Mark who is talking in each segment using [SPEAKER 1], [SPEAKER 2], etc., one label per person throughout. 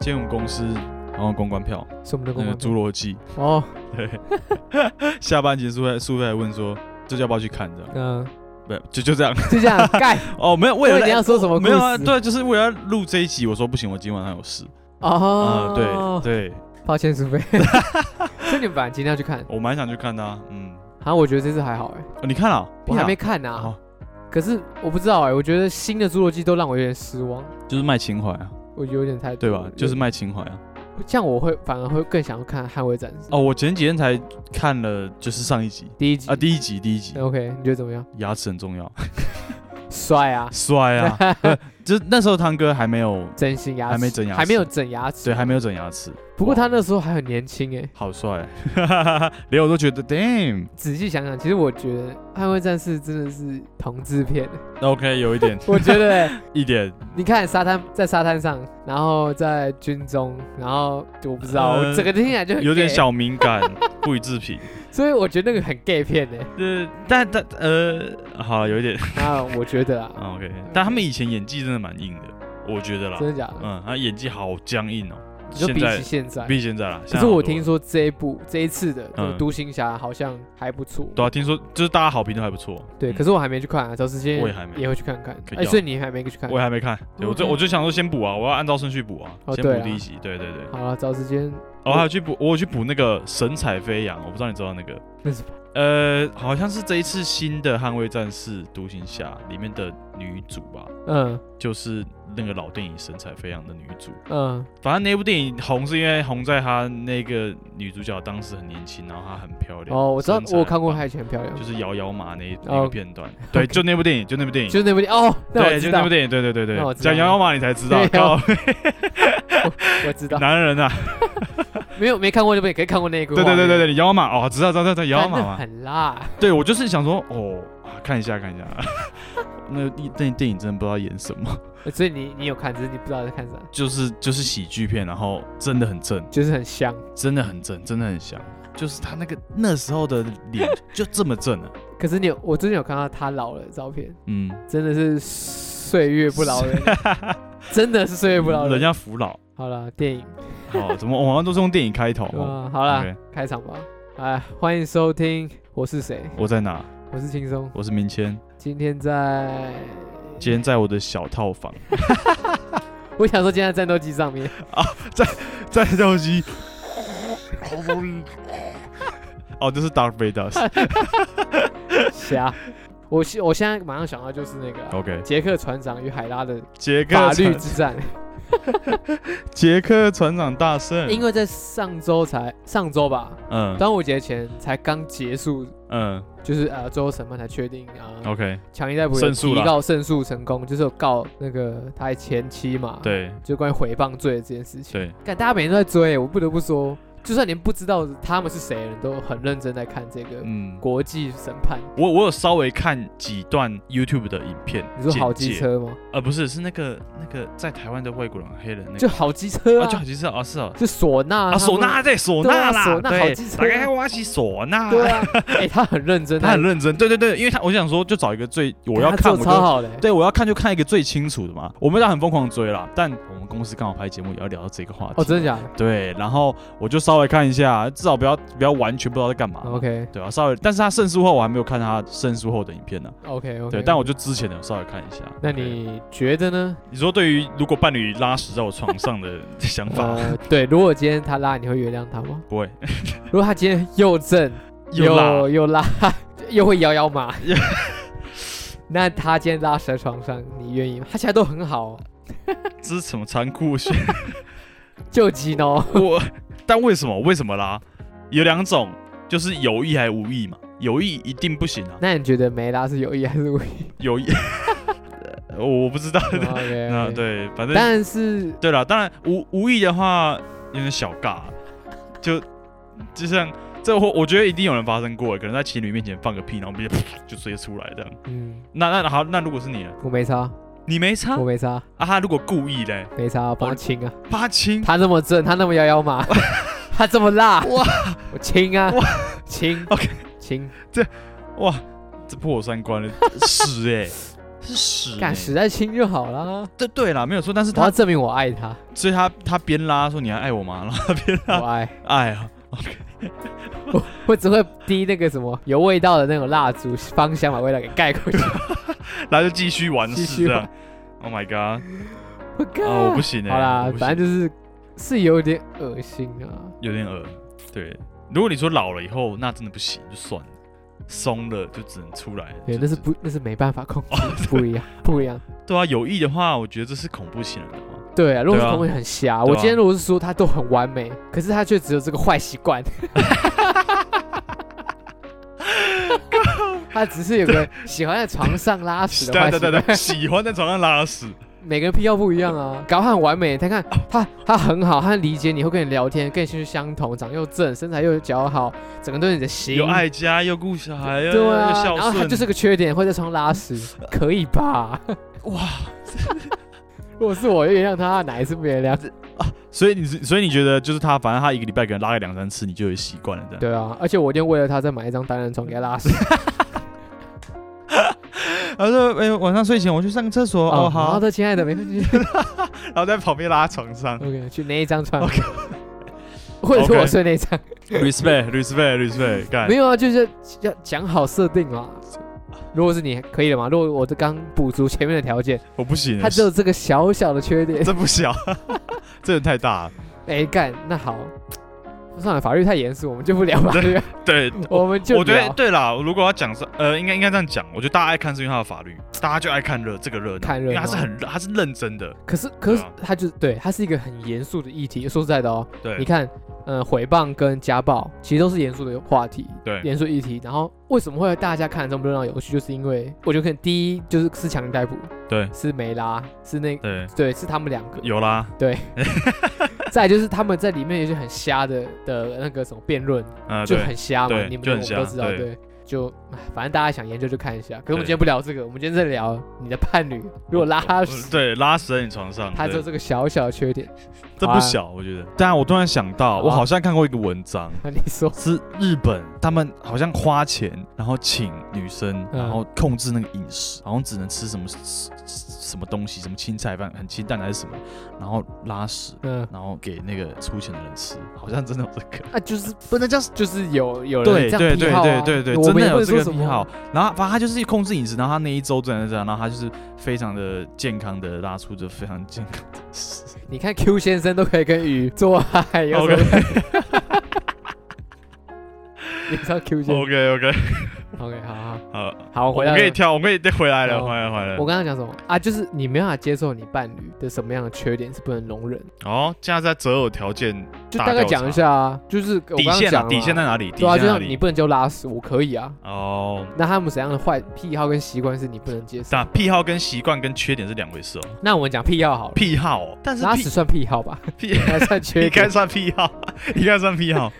[SPEAKER 1] 接我们公司，然后公关票，
[SPEAKER 2] 什么的
[SPEAKER 1] 那
[SPEAKER 2] 公
[SPEAKER 1] 个《
[SPEAKER 2] 关片
[SPEAKER 1] 侏罗纪
[SPEAKER 2] 哦，》，
[SPEAKER 1] 下半集苏菲苏菲还问说，这要不要去看这样？
[SPEAKER 2] 嗯，
[SPEAKER 1] 不，就就这样。
[SPEAKER 2] 就这样盖。
[SPEAKER 1] 哦，没有，为
[SPEAKER 2] 为
[SPEAKER 1] 了
[SPEAKER 2] 你要说什么故
[SPEAKER 1] 没有啊，
[SPEAKER 2] 事？
[SPEAKER 1] 对，就是为了录这一集，我说不行，我今晚上有事啊、
[SPEAKER 2] 哦，
[SPEAKER 1] 对对，
[SPEAKER 2] 对，抱歉，苏 菲。所以你们本来今天要去看，
[SPEAKER 1] 我蛮想去看的、啊，嗯，
[SPEAKER 2] 好像我觉得这次还好哎，
[SPEAKER 1] 哦你看了、
[SPEAKER 2] 我还没看
[SPEAKER 1] 啊，
[SPEAKER 2] 呢。
[SPEAKER 1] 哦，
[SPEAKER 2] 可是我不知道哎，我觉得新的侏罗纪都让我有点失望，
[SPEAKER 1] 就是卖情怀啊，
[SPEAKER 2] 我有点太
[SPEAKER 1] 对
[SPEAKER 2] 多
[SPEAKER 1] 吧
[SPEAKER 2] 了？
[SPEAKER 1] 就是卖情怀啊。
[SPEAKER 2] 这样，我会反而会更想要看《捍卫战士》
[SPEAKER 1] 哦，我前几天才看了，就是上一集
[SPEAKER 2] 第一集
[SPEAKER 1] 啊，第一集，第一集，
[SPEAKER 2] OK，你觉得怎么样？
[SPEAKER 1] 牙齿很重要，
[SPEAKER 2] 帅啊，
[SPEAKER 1] 帅啊， 对就是那时候汤哥还没有，
[SPEAKER 2] 整形牙齿
[SPEAKER 1] 还没整牙齿
[SPEAKER 2] 还没有整牙齿。
[SPEAKER 1] 对，还没有整牙齿，
[SPEAKER 2] 不过
[SPEAKER 1] 哇
[SPEAKER 2] 他那时候还很年轻哎。
[SPEAKER 1] 好帅， 连我都觉得 damn。
[SPEAKER 2] 仔细想想，其实我觉得《捍卫战士》真的是同志片，欸
[SPEAKER 1] OK，有一 点，
[SPEAKER 2] 我觉得欸。
[SPEAKER 1] 一点，
[SPEAKER 2] 你看沙滩在沙滩上，然后在军中，然后就我不知道，
[SPEAKER 1] 呃
[SPEAKER 2] 我整个听起来就很
[SPEAKER 1] 有点
[SPEAKER 2] gay，
[SPEAKER 1] 小敏 感，不予置评。
[SPEAKER 2] 所以我觉得那个很 gay 片呢。
[SPEAKER 1] 呃，但但呃，好，有一点
[SPEAKER 2] 那我觉得啊，
[SPEAKER 1] 啊 OK，但他们以前演技真的蛮硬的，我觉得啦，
[SPEAKER 2] 真的假的？
[SPEAKER 1] 嗯，他演技好僵硬哦，
[SPEAKER 2] 你说
[SPEAKER 1] 现
[SPEAKER 2] 比
[SPEAKER 1] 在
[SPEAKER 2] 起现在，
[SPEAKER 1] 比现在啦。
[SPEAKER 2] 可是我听说这一部这一次的这个
[SPEAKER 1] 嗯
[SPEAKER 2] 独行侠好像还不错，
[SPEAKER 1] 对啊，听说就是大家好评都还不错，嗯
[SPEAKER 2] 对。可是我还没去看啊，找时间
[SPEAKER 1] 我也还没
[SPEAKER 2] 也会去看看
[SPEAKER 1] 可。以
[SPEAKER 2] 哎，
[SPEAKER 1] 要
[SPEAKER 2] 所以你还没去看
[SPEAKER 1] 我？也还没看，对我就
[SPEAKER 2] OK
[SPEAKER 1] 我就想说先补啊，我要按照顺序补啊，
[SPEAKER 2] 哦
[SPEAKER 1] 先
[SPEAKER 2] 对
[SPEAKER 1] 补
[SPEAKER 2] 啊
[SPEAKER 1] 第一集，对对对。
[SPEAKER 2] 好了，找时间
[SPEAKER 1] 哦，还有去补，我有去补那个神采飞扬，我不知道你知道那个
[SPEAKER 2] 那是
[SPEAKER 1] 呃，好像是这一次新的《捍卫战士：独行侠》里面的女主吧，
[SPEAKER 2] 嗯
[SPEAKER 1] 就是那个老电影《神采飞扬》的女主。
[SPEAKER 2] 嗯
[SPEAKER 1] 反正那部电影红是因为红在她那个女主角当时很年轻，然后她很漂亮。
[SPEAKER 2] 哦，我知道
[SPEAKER 1] 身材
[SPEAKER 2] 我有看过，
[SPEAKER 1] 很
[SPEAKER 2] 她以前很漂亮
[SPEAKER 1] 棒，，就是摇摇马那一
[SPEAKER 2] 哦
[SPEAKER 1] 那个片段。对，就那部电影，就那部电影，
[SPEAKER 2] 就是那部电哦，那我
[SPEAKER 1] 对，就
[SPEAKER 2] 知
[SPEAKER 1] 那
[SPEAKER 2] 道
[SPEAKER 1] 部，电影，对对对对
[SPEAKER 2] 那我，知道
[SPEAKER 1] 讲摇摇马你才知道，
[SPEAKER 2] 对啊
[SPEAKER 1] 靠
[SPEAKER 2] 我知道，
[SPEAKER 1] 男人啊，
[SPEAKER 2] 没有没看过那部也可以看过那一个画
[SPEAKER 1] 对
[SPEAKER 2] 面，
[SPEAKER 1] 对对对对，摇摇马哦，知道知道知道摇摇马
[SPEAKER 2] 真的
[SPEAKER 1] 嘛，
[SPEAKER 2] 很辣，
[SPEAKER 1] 对我就是想说哦，啊看一下看一下，那那电影真的不知道演什么。
[SPEAKER 2] 所以你你有看，只是你不知道在看啥，
[SPEAKER 1] 就是就是喜剧片，然后真的很正，
[SPEAKER 2] 就是很香。
[SPEAKER 1] 真的很正，真的很像，就是他那个那时候的脸就这么正了、
[SPEAKER 2] 可是你有，我最近有看到他老了的照片，
[SPEAKER 1] 嗯，
[SPEAKER 2] 真的是岁月不饶 人，真的是岁月不饶
[SPEAKER 1] 人
[SPEAKER 2] 人。
[SPEAKER 1] 家服老。
[SPEAKER 2] 好了，电影，
[SPEAKER 1] 好，怎么我好像都是用电影开头
[SPEAKER 2] 对啊
[SPEAKER 1] 哦？
[SPEAKER 2] 吧？好了
[SPEAKER 1] OK
[SPEAKER 2] 开场吧。哎，欢迎收听，我是谁？
[SPEAKER 1] 我在哪？
[SPEAKER 2] 我是轻松，
[SPEAKER 1] 我是明谦，
[SPEAKER 2] 今天在。
[SPEAKER 1] 今天在我的小套 房，
[SPEAKER 2] 我想说，今天在战斗机 上面，
[SPEAKER 1] 在斗鸡。哦，这是 Dark Vader。
[SPEAKER 2] 瞎。我现我现在马上想到就是那个啊
[SPEAKER 1] OK，
[SPEAKER 2] 杰克船长与海拉的
[SPEAKER 1] 杰克
[SPEAKER 2] 法律
[SPEAKER 1] 船
[SPEAKER 2] 之战，
[SPEAKER 1] 杰克船长大胜。
[SPEAKER 2] 因为在上周才上周吧，
[SPEAKER 1] 嗯
[SPEAKER 2] 端午节前才刚结束，
[SPEAKER 1] 嗯
[SPEAKER 2] 就是呃最后审判才确定啊，呃
[SPEAKER 1] ，OK，
[SPEAKER 2] 强尼戴普
[SPEAKER 1] 哦
[SPEAKER 2] 有
[SPEAKER 1] 胜诉
[SPEAKER 2] 提
[SPEAKER 1] 啦
[SPEAKER 2] 告胜诉成功，就是有告那个他的前妻嘛，，
[SPEAKER 1] 对
[SPEAKER 2] 就关于诽谤罪的这件事情。
[SPEAKER 1] 对，
[SPEAKER 2] 看大家每天都在追，我不得不说，就算连不知道他们是谁的人都很认真在看这个
[SPEAKER 1] 嗯，
[SPEAKER 2] 国际审判。
[SPEAKER 1] 我我有稍微看几段 YouTube 的影片，
[SPEAKER 2] 你说好机
[SPEAKER 1] 简介
[SPEAKER 2] 车吗？
[SPEAKER 1] 呃，不是，是那个那个在台湾的外国人黑人那个，
[SPEAKER 2] 就好机车
[SPEAKER 1] 啊，
[SPEAKER 2] 啊，
[SPEAKER 1] 就好像是啊，是啊，
[SPEAKER 2] 就唢呐
[SPEAKER 1] 啊，唢呐对，唢呐
[SPEAKER 2] 对啊唢
[SPEAKER 1] 啦，
[SPEAKER 2] 呐好
[SPEAKER 1] 对
[SPEAKER 2] 机，车
[SPEAKER 1] 大概我起唢呐
[SPEAKER 2] 他，们对啊，哎，他很认真，
[SPEAKER 1] 他很认真，对对对，因为他我想说就找一个最我要
[SPEAKER 2] 他
[SPEAKER 1] 看
[SPEAKER 2] 做
[SPEAKER 1] 我
[SPEAKER 2] 超
[SPEAKER 1] 就。
[SPEAKER 2] 好嘞，
[SPEAKER 1] 对，我要看就看一个最清楚的嘛。我们俩很疯狂追啦，但我们公司刚好拍节目也要聊到这个话题。
[SPEAKER 2] 哦，真的假的
[SPEAKER 1] 对，然后我就稍微看一下，至少不要不要完全不知道在干嘛。
[SPEAKER 2] ？OK
[SPEAKER 1] 对啊，稍微，但是他胜诉后我还没有看他胜诉后的影片呢、
[SPEAKER 2] OK OK，
[SPEAKER 1] 对，但我就之前有稍微看一下。
[SPEAKER 2] 那
[SPEAKER 1] OK
[SPEAKER 2] 你觉得呢？
[SPEAKER 1] 你说对于如果伴侣拉屎在我床上的 想法，
[SPEAKER 2] 呃，对，如果今天他拉，你会原谅他吗？
[SPEAKER 1] 不会
[SPEAKER 2] 如果他今天 又正又
[SPEAKER 1] 辣
[SPEAKER 2] 又拉 又会摇摇 马， 那他今天拉屎在床上，你愿意吗？他现在都很好哦，
[SPEAKER 1] 这是什么残酷选？
[SPEAKER 2] 救急呢？
[SPEAKER 1] 我但为什么为什么拉？有两种，就是有意还无意嘛。有意一定不行啊，
[SPEAKER 2] 那你觉得没拉是有意还是无 意
[SPEAKER 1] 有意我不知 道。
[SPEAKER 2] ？OK，
[SPEAKER 1] 那，啊对，反正
[SPEAKER 2] 但是
[SPEAKER 1] 对了，当然无无意的话有点小尬，就就像这我我觉得一定有人发生过，可能在情侣面前放个屁，然后直接 就直接出来这样。
[SPEAKER 2] 嗯，
[SPEAKER 1] 那那好，那如果是你呢，
[SPEAKER 2] 我没差，
[SPEAKER 1] 你没差
[SPEAKER 2] 我没差，
[SPEAKER 1] 啊？他如果故意嘞，
[SPEAKER 2] 没差，我帮他亲啊，
[SPEAKER 1] 八亲
[SPEAKER 2] 他那么正，他那么摇 摇马，他这么辣，哇，我亲啊，亲
[SPEAKER 1] OK
[SPEAKER 2] 亲，
[SPEAKER 1] 哇，这破我三观了，屎哎、是屎、欸。
[SPEAKER 2] 干实在亲就好啦。
[SPEAKER 1] 对对啦，没有错，但是
[SPEAKER 2] 我
[SPEAKER 1] 他
[SPEAKER 2] 要证明我爱 他，
[SPEAKER 1] 所以他他边拉说你还爱我吗？然 后他边
[SPEAKER 2] 我
[SPEAKER 1] 拉
[SPEAKER 2] 爱。
[SPEAKER 1] 爱啊，
[SPEAKER 2] 我只会滴那个什么有味道的那种蜡烛芳香，把味道给盖 过去。
[SPEAKER 1] 然后就继续完
[SPEAKER 2] 继
[SPEAKER 1] 事
[SPEAKER 2] 续
[SPEAKER 1] 这样。Oh my god！
[SPEAKER 2] 我靠、
[SPEAKER 1] 啊，我不行哎、
[SPEAKER 2] 好啦
[SPEAKER 1] 我，不行
[SPEAKER 2] 反正就是是有点恶心啊。
[SPEAKER 1] 有点恶。对，如果你说老了以后，那真的不行，就算了，松了就只能出来。
[SPEAKER 2] 对，
[SPEAKER 1] 就
[SPEAKER 2] 那是
[SPEAKER 1] 只
[SPEAKER 2] 不那是没办法控制，
[SPEAKER 1] 哦，
[SPEAKER 2] 不一样，不一样。
[SPEAKER 1] 对啊，有意的话，我觉得这是恐怖情人的 话。
[SPEAKER 2] 对啊，如果
[SPEAKER 1] 对
[SPEAKER 2] 是
[SPEAKER 1] 啊
[SPEAKER 2] 同学很瞎，
[SPEAKER 1] 对
[SPEAKER 2] 我
[SPEAKER 1] 啊
[SPEAKER 2] 今天如果是说他都很完美，可是他却只有这个坏习 惯。他只是有个喜欢在床上拉屎的坏
[SPEAKER 1] 对啊
[SPEAKER 2] 习
[SPEAKER 1] 对
[SPEAKER 2] 惯
[SPEAKER 1] 对。对，喜欢在床上拉 屎，
[SPEAKER 2] 每个人癖好不一样啊，搞他很完 美，他看他他很好，他很理解你，会跟你聊天，跟你兴趣相同，长又正，身材又姣好，整个都是你的型。
[SPEAKER 1] 有爱家，又顾小孩，又
[SPEAKER 2] 对啊
[SPEAKER 1] 又，孝
[SPEAKER 2] 然后他
[SPEAKER 1] 顺，
[SPEAKER 2] 就是个缺点，会在床上拉屎，可以吧？
[SPEAKER 1] 哇。
[SPEAKER 2] 如果是我，原谅他，哪一次不原谅？
[SPEAKER 1] 所以你是，所以你觉得就是他，反正他一个礼拜可能拉个两三次，你就有习惯了这样。
[SPEAKER 2] 对啊，而且我一定为了他再买一张单人床给他拉屎。啊
[SPEAKER 1] 他说：“哎、晚上睡前我去上个厕所哦，好。
[SPEAKER 2] 的，亲爱的，没问题。
[SPEAKER 1] 然后在旁边拉床上
[SPEAKER 2] OK，去那一 张床。或者说
[SPEAKER 1] OK
[SPEAKER 2] 我睡那一张，
[SPEAKER 1] ，respect，respect，respect，干
[SPEAKER 2] 没有啊，就是要讲好设定啊。如果是你可以的嘛？如果我这刚补足前面的条件，
[SPEAKER 1] 我不行了，
[SPEAKER 2] 他只有这个小小的缺 点，
[SPEAKER 1] 这不小， 这人太大了。
[SPEAKER 2] 哎干，那好，算了，法律太严肃，我们就不聊法律，
[SPEAKER 1] 对，
[SPEAKER 2] 我们就
[SPEAKER 1] 我觉得
[SPEAKER 2] 聊
[SPEAKER 1] 对啦，如果要讲是呃，应该应该这样讲，我觉得大家爱看是因为它的法律，大家就爱看热这个热闹，
[SPEAKER 2] 看热
[SPEAKER 1] 因为它是
[SPEAKER 2] 闹
[SPEAKER 1] 很它是认真的，
[SPEAKER 2] 可是可是
[SPEAKER 1] 对啊
[SPEAKER 2] 他就对，他是一个很严肃的议题。说实在的哦，
[SPEAKER 1] 对
[SPEAKER 2] 你看，呃，诽谤跟家暴其实都是严肃的话题，
[SPEAKER 1] 对
[SPEAKER 2] 严肃议题。然后为什么会大家看得这么热闹有趣，就是因为我觉得可能第一就是是强尼逮捕，
[SPEAKER 1] 对
[SPEAKER 2] 是梅拉，是那
[SPEAKER 1] 对，
[SPEAKER 2] 对，是他们两个。
[SPEAKER 1] 有啦，
[SPEAKER 2] 再来就是他们在里面有一些很瞎的的那个什么辩论，
[SPEAKER 1] 呃，
[SPEAKER 2] 就
[SPEAKER 1] 对
[SPEAKER 2] 很瞎嘛，
[SPEAKER 1] 对
[SPEAKER 2] 你们
[SPEAKER 1] 就很
[SPEAKER 2] 我们都
[SPEAKER 1] 瞎
[SPEAKER 2] 知道，
[SPEAKER 1] 对
[SPEAKER 2] 对。就唉反正大家想研究就看一下，可是我们
[SPEAKER 1] 对
[SPEAKER 2] 今天不聊这个，我们今天在聊你的伴侣如果拉
[SPEAKER 1] 呃
[SPEAKER 2] 屎，
[SPEAKER 1] 对拉屎在你床上，
[SPEAKER 2] 他只有
[SPEAKER 1] 对
[SPEAKER 2] 这个小小的缺点，
[SPEAKER 1] 这
[SPEAKER 2] 啊
[SPEAKER 1] 不小，我觉得。哎但我突然想到，我
[SPEAKER 2] 好啊
[SPEAKER 1] 好像看过一个文章，
[SPEAKER 2] 你 说
[SPEAKER 1] 是日本，他们好像花钱，然后请女生，
[SPEAKER 2] 嗯
[SPEAKER 1] 然后控制那个饮食，好像只能吃什么吃什么东西，什么青菜饭很清淡还是什么，然后拉屎，
[SPEAKER 2] 嗯，
[SPEAKER 1] 然后给那个出钱的人吃，好像真的有这个。
[SPEAKER 2] 啊，就是
[SPEAKER 1] 不能叫
[SPEAKER 2] 就是有有人
[SPEAKER 1] 对
[SPEAKER 2] 这
[SPEAKER 1] 对
[SPEAKER 2] 样
[SPEAKER 1] 对
[SPEAKER 2] 癖好啊
[SPEAKER 1] 对对对，
[SPEAKER 2] 我
[SPEAKER 1] 真
[SPEAKER 2] 们
[SPEAKER 1] 的
[SPEAKER 2] 也不
[SPEAKER 1] 有
[SPEAKER 2] 能
[SPEAKER 1] 这
[SPEAKER 2] 说
[SPEAKER 1] 个
[SPEAKER 2] 什
[SPEAKER 1] 癖
[SPEAKER 2] 么
[SPEAKER 1] 好。。然后反正他就是控制饮食，然后他那一周真的是这样，然后他就是非常的健康的拉出着非常健康的屎。
[SPEAKER 2] 你看 Q 先生都可以跟鱼做爱，有什么
[SPEAKER 1] OK
[SPEAKER 2] 你知道 Q 先生
[SPEAKER 1] OK OK，
[SPEAKER 2] ？OK，好好
[SPEAKER 1] 好，
[SPEAKER 2] 好，我
[SPEAKER 1] 我
[SPEAKER 2] 回来
[SPEAKER 1] 可以
[SPEAKER 2] 了。
[SPEAKER 1] 跳，我可以回来了，
[SPEAKER 2] 哦
[SPEAKER 1] 回来回来
[SPEAKER 2] 我
[SPEAKER 1] 了。
[SPEAKER 2] 刚刚讲什么啊？就是你没办法接受你伴侣的什么样的缺点是不能容忍，
[SPEAKER 1] 哦，现在在择偶条件
[SPEAKER 2] 就大概讲一下啊，就是我
[SPEAKER 1] 底
[SPEAKER 2] 刚刚
[SPEAKER 1] 线
[SPEAKER 2] 讲
[SPEAKER 1] 啊，
[SPEAKER 2] 了
[SPEAKER 1] 底线
[SPEAKER 2] 嘛
[SPEAKER 1] 在哪里？底
[SPEAKER 2] 对啊，
[SPEAKER 1] 线
[SPEAKER 2] 就
[SPEAKER 1] 在哪
[SPEAKER 2] 像你
[SPEAKER 1] 里？
[SPEAKER 2] 不能就拉屎，我可以啊。
[SPEAKER 1] 哦，
[SPEAKER 2] 那他们怎样的坏癖好跟习惯是你不能接受？
[SPEAKER 1] 那癖好跟习惯跟缺点是两回事哦。
[SPEAKER 2] 那我们讲癖好好了，
[SPEAKER 1] 癖好哦，但是
[SPEAKER 2] 拉
[SPEAKER 1] 癖
[SPEAKER 2] 屎算癖好 吧？
[SPEAKER 1] 癖
[SPEAKER 2] 还算缺
[SPEAKER 1] 应该
[SPEAKER 2] 点？
[SPEAKER 1] 算癖好， 应该算癖好，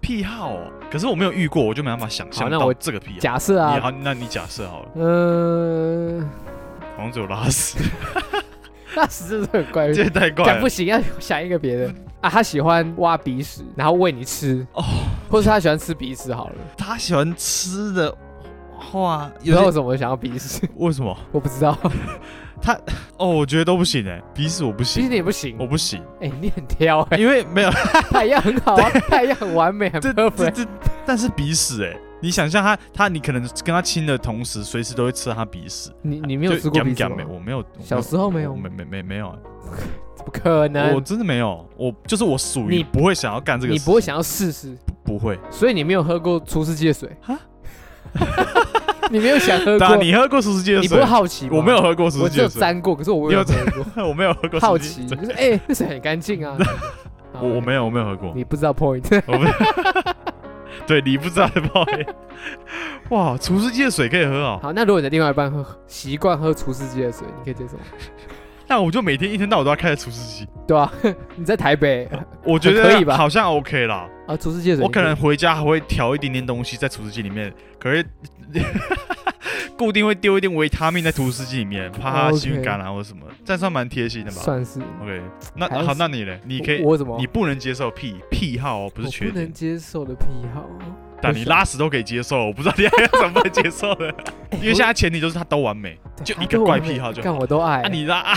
[SPEAKER 1] 癖好哦。可是我没有遇过，我就没办法想
[SPEAKER 2] 好
[SPEAKER 1] 象
[SPEAKER 2] 那
[SPEAKER 1] 到
[SPEAKER 2] 我
[SPEAKER 1] 这个癖好。
[SPEAKER 2] 假设
[SPEAKER 1] 你
[SPEAKER 2] 啊，
[SPEAKER 1] 好，那你假设好了，
[SPEAKER 2] 嗯、
[SPEAKER 1] 好像只有拉屎，
[SPEAKER 2] 拉屎真的是很怪，
[SPEAKER 1] 这也太怪
[SPEAKER 2] 讲
[SPEAKER 1] 了
[SPEAKER 2] 不。行，要想一个别的啊。他喜欢挖鼻屎，然后喂你吃，
[SPEAKER 1] 哦，
[SPEAKER 2] 或者他喜欢吃鼻屎好了。
[SPEAKER 1] 他喜欢吃的话，
[SPEAKER 2] 不知道
[SPEAKER 1] 有
[SPEAKER 2] 为
[SPEAKER 1] 些
[SPEAKER 2] 什么我想要鼻屎，
[SPEAKER 1] 为什么？
[SPEAKER 2] 我不知道。
[SPEAKER 1] 哦，我觉得都不行哎，鼻屎我不
[SPEAKER 2] 其实
[SPEAKER 1] 行，
[SPEAKER 2] 你也不行
[SPEAKER 1] 我，不行，
[SPEAKER 2] 哎、你很挑哎、
[SPEAKER 1] 因为没有
[SPEAKER 2] 太阳很 好啊，太阳很完美，很
[SPEAKER 1] 这这
[SPEAKER 2] perfect。
[SPEAKER 1] 这，但是鼻屎哎。你想象他，他你可能跟他亲的同时，随时都会吃到他鼻屎。
[SPEAKER 2] 你你没
[SPEAKER 1] 没
[SPEAKER 2] 有吃过鼻屎吗？
[SPEAKER 1] 欸我没有。我没有
[SPEAKER 2] 小时候没有
[SPEAKER 1] 我没没没没有，欸
[SPEAKER 2] 怎么可
[SPEAKER 1] 我
[SPEAKER 2] 能？
[SPEAKER 1] 真的没有。我就是我属于
[SPEAKER 2] 你
[SPEAKER 1] 不会想要干这个
[SPEAKER 2] 你
[SPEAKER 1] 事情，
[SPEAKER 2] 不会想要试试，
[SPEAKER 1] 不会。
[SPEAKER 2] 所以你没有喝过厨师界水
[SPEAKER 1] 啊？
[SPEAKER 2] 你没有想喝
[SPEAKER 1] 对啊，
[SPEAKER 2] 过？
[SPEAKER 1] 你喝过厨师界的
[SPEAKER 2] 你不会
[SPEAKER 1] 水？
[SPEAKER 2] 好奇吗？
[SPEAKER 1] 我没有，喝过厨
[SPEAKER 2] 我
[SPEAKER 1] 师
[SPEAKER 2] 只
[SPEAKER 1] 界
[SPEAKER 2] 有
[SPEAKER 1] 的水，
[SPEAKER 2] 沾过，可是我没有喝 过。
[SPEAKER 1] 我没有喝过
[SPEAKER 2] 好
[SPEAKER 1] 厨师
[SPEAKER 2] 奇，
[SPEAKER 1] 界的
[SPEAKER 2] 就
[SPEAKER 1] 水。
[SPEAKER 2] 是哎，那水很干净 啊。
[SPEAKER 1] 我我没有，我没有喝过。
[SPEAKER 2] 你不知道 point，
[SPEAKER 1] 我不 对，你不知道的抱怨。哇，厨师界的水可以喝哦，
[SPEAKER 2] 好，那如果你的另外一半喝习惯喝除湿机的水，你可以接受吗？
[SPEAKER 1] 那我就每天一天到晚都要开着除湿机，
[SPEAKER 2] 对啊，你在台北
[SPEAKER 1] 我觉
[SPEAKER 2] 可以吧
[SPEAKER 1] 得好像 OK 啦。
[SPEAKER 2] 啊，除湿机的水
[SPEAKER 1] 我
[SPEAKER 2] 你可
[SPEAKER 1] 可
[SPEAKER 2] 以，
[SPEAKER 1] 能回家还会调一点点东西在除湿机里面，可是 固定会丢一点维他命在除湿机里面，怕它
[SPEAKER 2] 哦 OK
[SPEAKER 1] 细菌感染或什么，这样算蛮贴心的吧
[SPEAKER 2] 算是。
[SPEAKER 1] ？OK，那
[SPEAKER 2] 还是
[SPEAKER 1] 好，那你嘞，你可以
[SPEAKER 2] 我，我怎么
[SPEAKER 1] 你不能接受癖癖好哦，不
[SPEAKER 2] 不
[SPEAKER 1] 是缺
[SPEAKER 2] 不能
[SPEAKER 1] 点，
[SPEAKER 2] 接受的癖好，啊
[SPEAKER 1] 但你拉屎都可以接受，我不知道你还有什么不能接受 的，
[SPEAKER 2] 哎
[SPEAKER 1] 因为现在前提就是他都完美，
[SPEAKER 2] 对
[SPEAKER 1] 就
[SPEAKER 2] 他
[SPEAKER 1] 一个
[SPEAKER 2] 对我
[SPEAKER 1] 怪
[SPEAKER 2] 很
[SPEAKER 1] 癖好就
[SPEAKER 2] 干
[SPEAKER 1] 好
[SPEAKER 2] 我都爱
[SPEAKER 1] 啊，。你拉啊，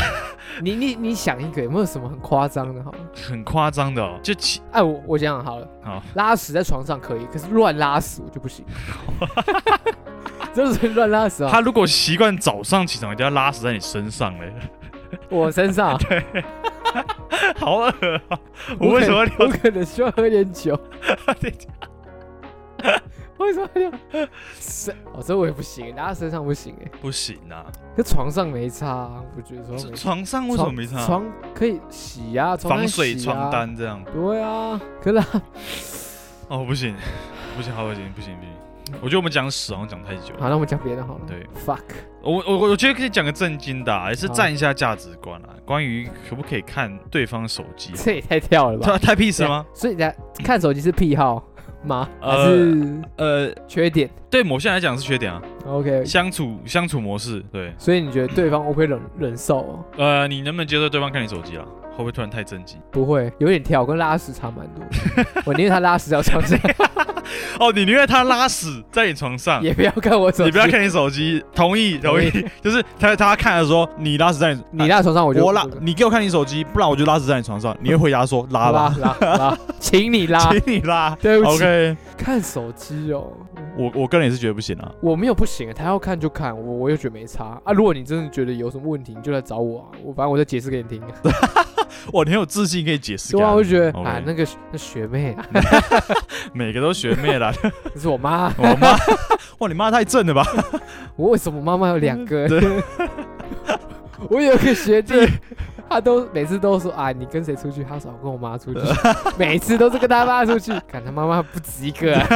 [SPEAKER 2] 你你你想一个有没有什么很夸张的？好吗，
[SPEAKER 1] 很夸张的哦，就其
[SPEAKER 2] 哎，我我讲好了，
[SPEAKER 1] 好
[SPEAKER 2] 拉屎在床上可以，可是乱拉屎我就不行。 就是乱拉屎啊，
[SPEAKER 1] 他如果习惯早上起床就要拉屎在你身上嘞，
[SPEAKER 2] 我身上啊
[SPEAKER 1] 好恶啊！我为什么
[SPEAKER 2] 我
[SPEAKER 1] 聊
[SPEAKER 2] 可能需要喝点 酒。
[SPEAKER 1] 这
[SPEAKER 2] 为什么要身？哦，这我也不行，拉身上不行哎，
[SPEAKER 1] 不行啊？
[SPEAKER 2] 可床上没差啊，我觉得说
[SPEAKER 1] 这
[SPEAKER 2] 没差。
[SPEAKER 1] 床上为什么没擦？
[SPEAKER 2] 床可以洗呀、啊，床
[SPEAKER 1] 防
[SPEAKER 2] 单
[SPEAKER 1] 水
[SPEAKER 2] 洗啊
[SPEAKER 1] 床。单这样？
[SPEAKER 2] 对啊，可是啊
[SPEAKER 1] 哦，不行， 不行，好恶心，不行不行！我觉得我们讲屎好像讲太久
[SPEAKER 2] 嗯好，
[SPEAKER 1] 了。
[SPEAKER 2] 那我们讲别的好了。
[SPEAKER 1] 对
[SPEAKER 2] ，fuck，
[SPEAKER 1] 我我我觉得可以讲个正经的、啊，也是
[SPEAKER 2] 好
[SPEAKER 1] 站一下价值观啊。关于可不可以看对方手机、 啊，
[SPEAKER 2] 这也太跳了
[SPEAKER 1] 太
[SPEAKER 2] 吧？
[SPEAKER 1] 太 peace 了吗？
[SPEAKER 2] 所以大家看手机是癖好吗？
[SPEAKER 1] 呃
[SPEAKER 2] 还是
[SPEAKER 1] 呃，
[SPEAKER 2] 缺点
[SPEAKER 1] 对某些人来讲是缺点啊，
[SPEAKER 2] ？OK，
[SPEAKER 1] 相处相处模式，对，
[SPEAKER 2] 所以你觉得对方 OK 忍忍受、哦？
[SPEAKER 1] 呃，你能不能接受对方看你手机啊？会不会突然太震 惊？
[SPEAKER 2] 不会，有点跳，跟拉屎差蛮 多。我宁愿他拉屎在我床上，
[SPEAKER 1] 哦，你宁愿他拉屎在你床上，
[SPEAKER 2] 也不要看我手机。
[SPEAKER 1] 你不要看你手机，同意同
[SPEAKER 2] 同
[SPEAKER 1] 意
[SPEAKER 2] 意，
[SPEAKER 1] 就是他他看的时候，你拉屎在你，
[SPEAKER 2] 你拉床上，我就
[SPEAKER 1] 我拉，你给我看你手机，不然我就拉屎在你床上。你会回答说拉
[SPEAKER 2] 拉
[SPEAKER 1] 吧，
[SPEAKER 2] 拉拉，请你拉。
[SPEAKER 1] 请你拉。
[SPEAKER 2] 对不起
[SPEAKER 1] OK，
[SPEAKER 2] 看手机哦，
[SPEAKER 1] 我我个人也是觉得不行啊。
[SPEAKER 2] 我没有不行，他要看就看，我我又觉得没差啊。如果你真的觉得有什么问题，你就来找我啊，我反正我再解释给你听。
[SPEAKER 1] 哇，你很有自信可以解释给
[SPEAKER 2] 对
[SPEAKER 1] 他
[SPEAKER 2] 啊，
[SPEAKER 1] 们。
[SPEAKER 2] 我就觉得
[SPEAKER 1] OK
[SPEAKER 2] 啊，那个那学妹啊，
[SPEAKER 1] 每个都学妹啦，
[SPEAKER 2] 这是我妈，啊
[SPEAKER 1] 我妈，哇，你妈太正了吧？
[SPEAKER 2] 我为什么妈妈有 两个
[SPEAKER 1] 对？
[SPEAKER 2] 我有个学弟，他都每次都说啊，你跟谁出去？他说我跟我妈出去， 每次都是跟他妈出去，看他妈妈不止一个、 啊，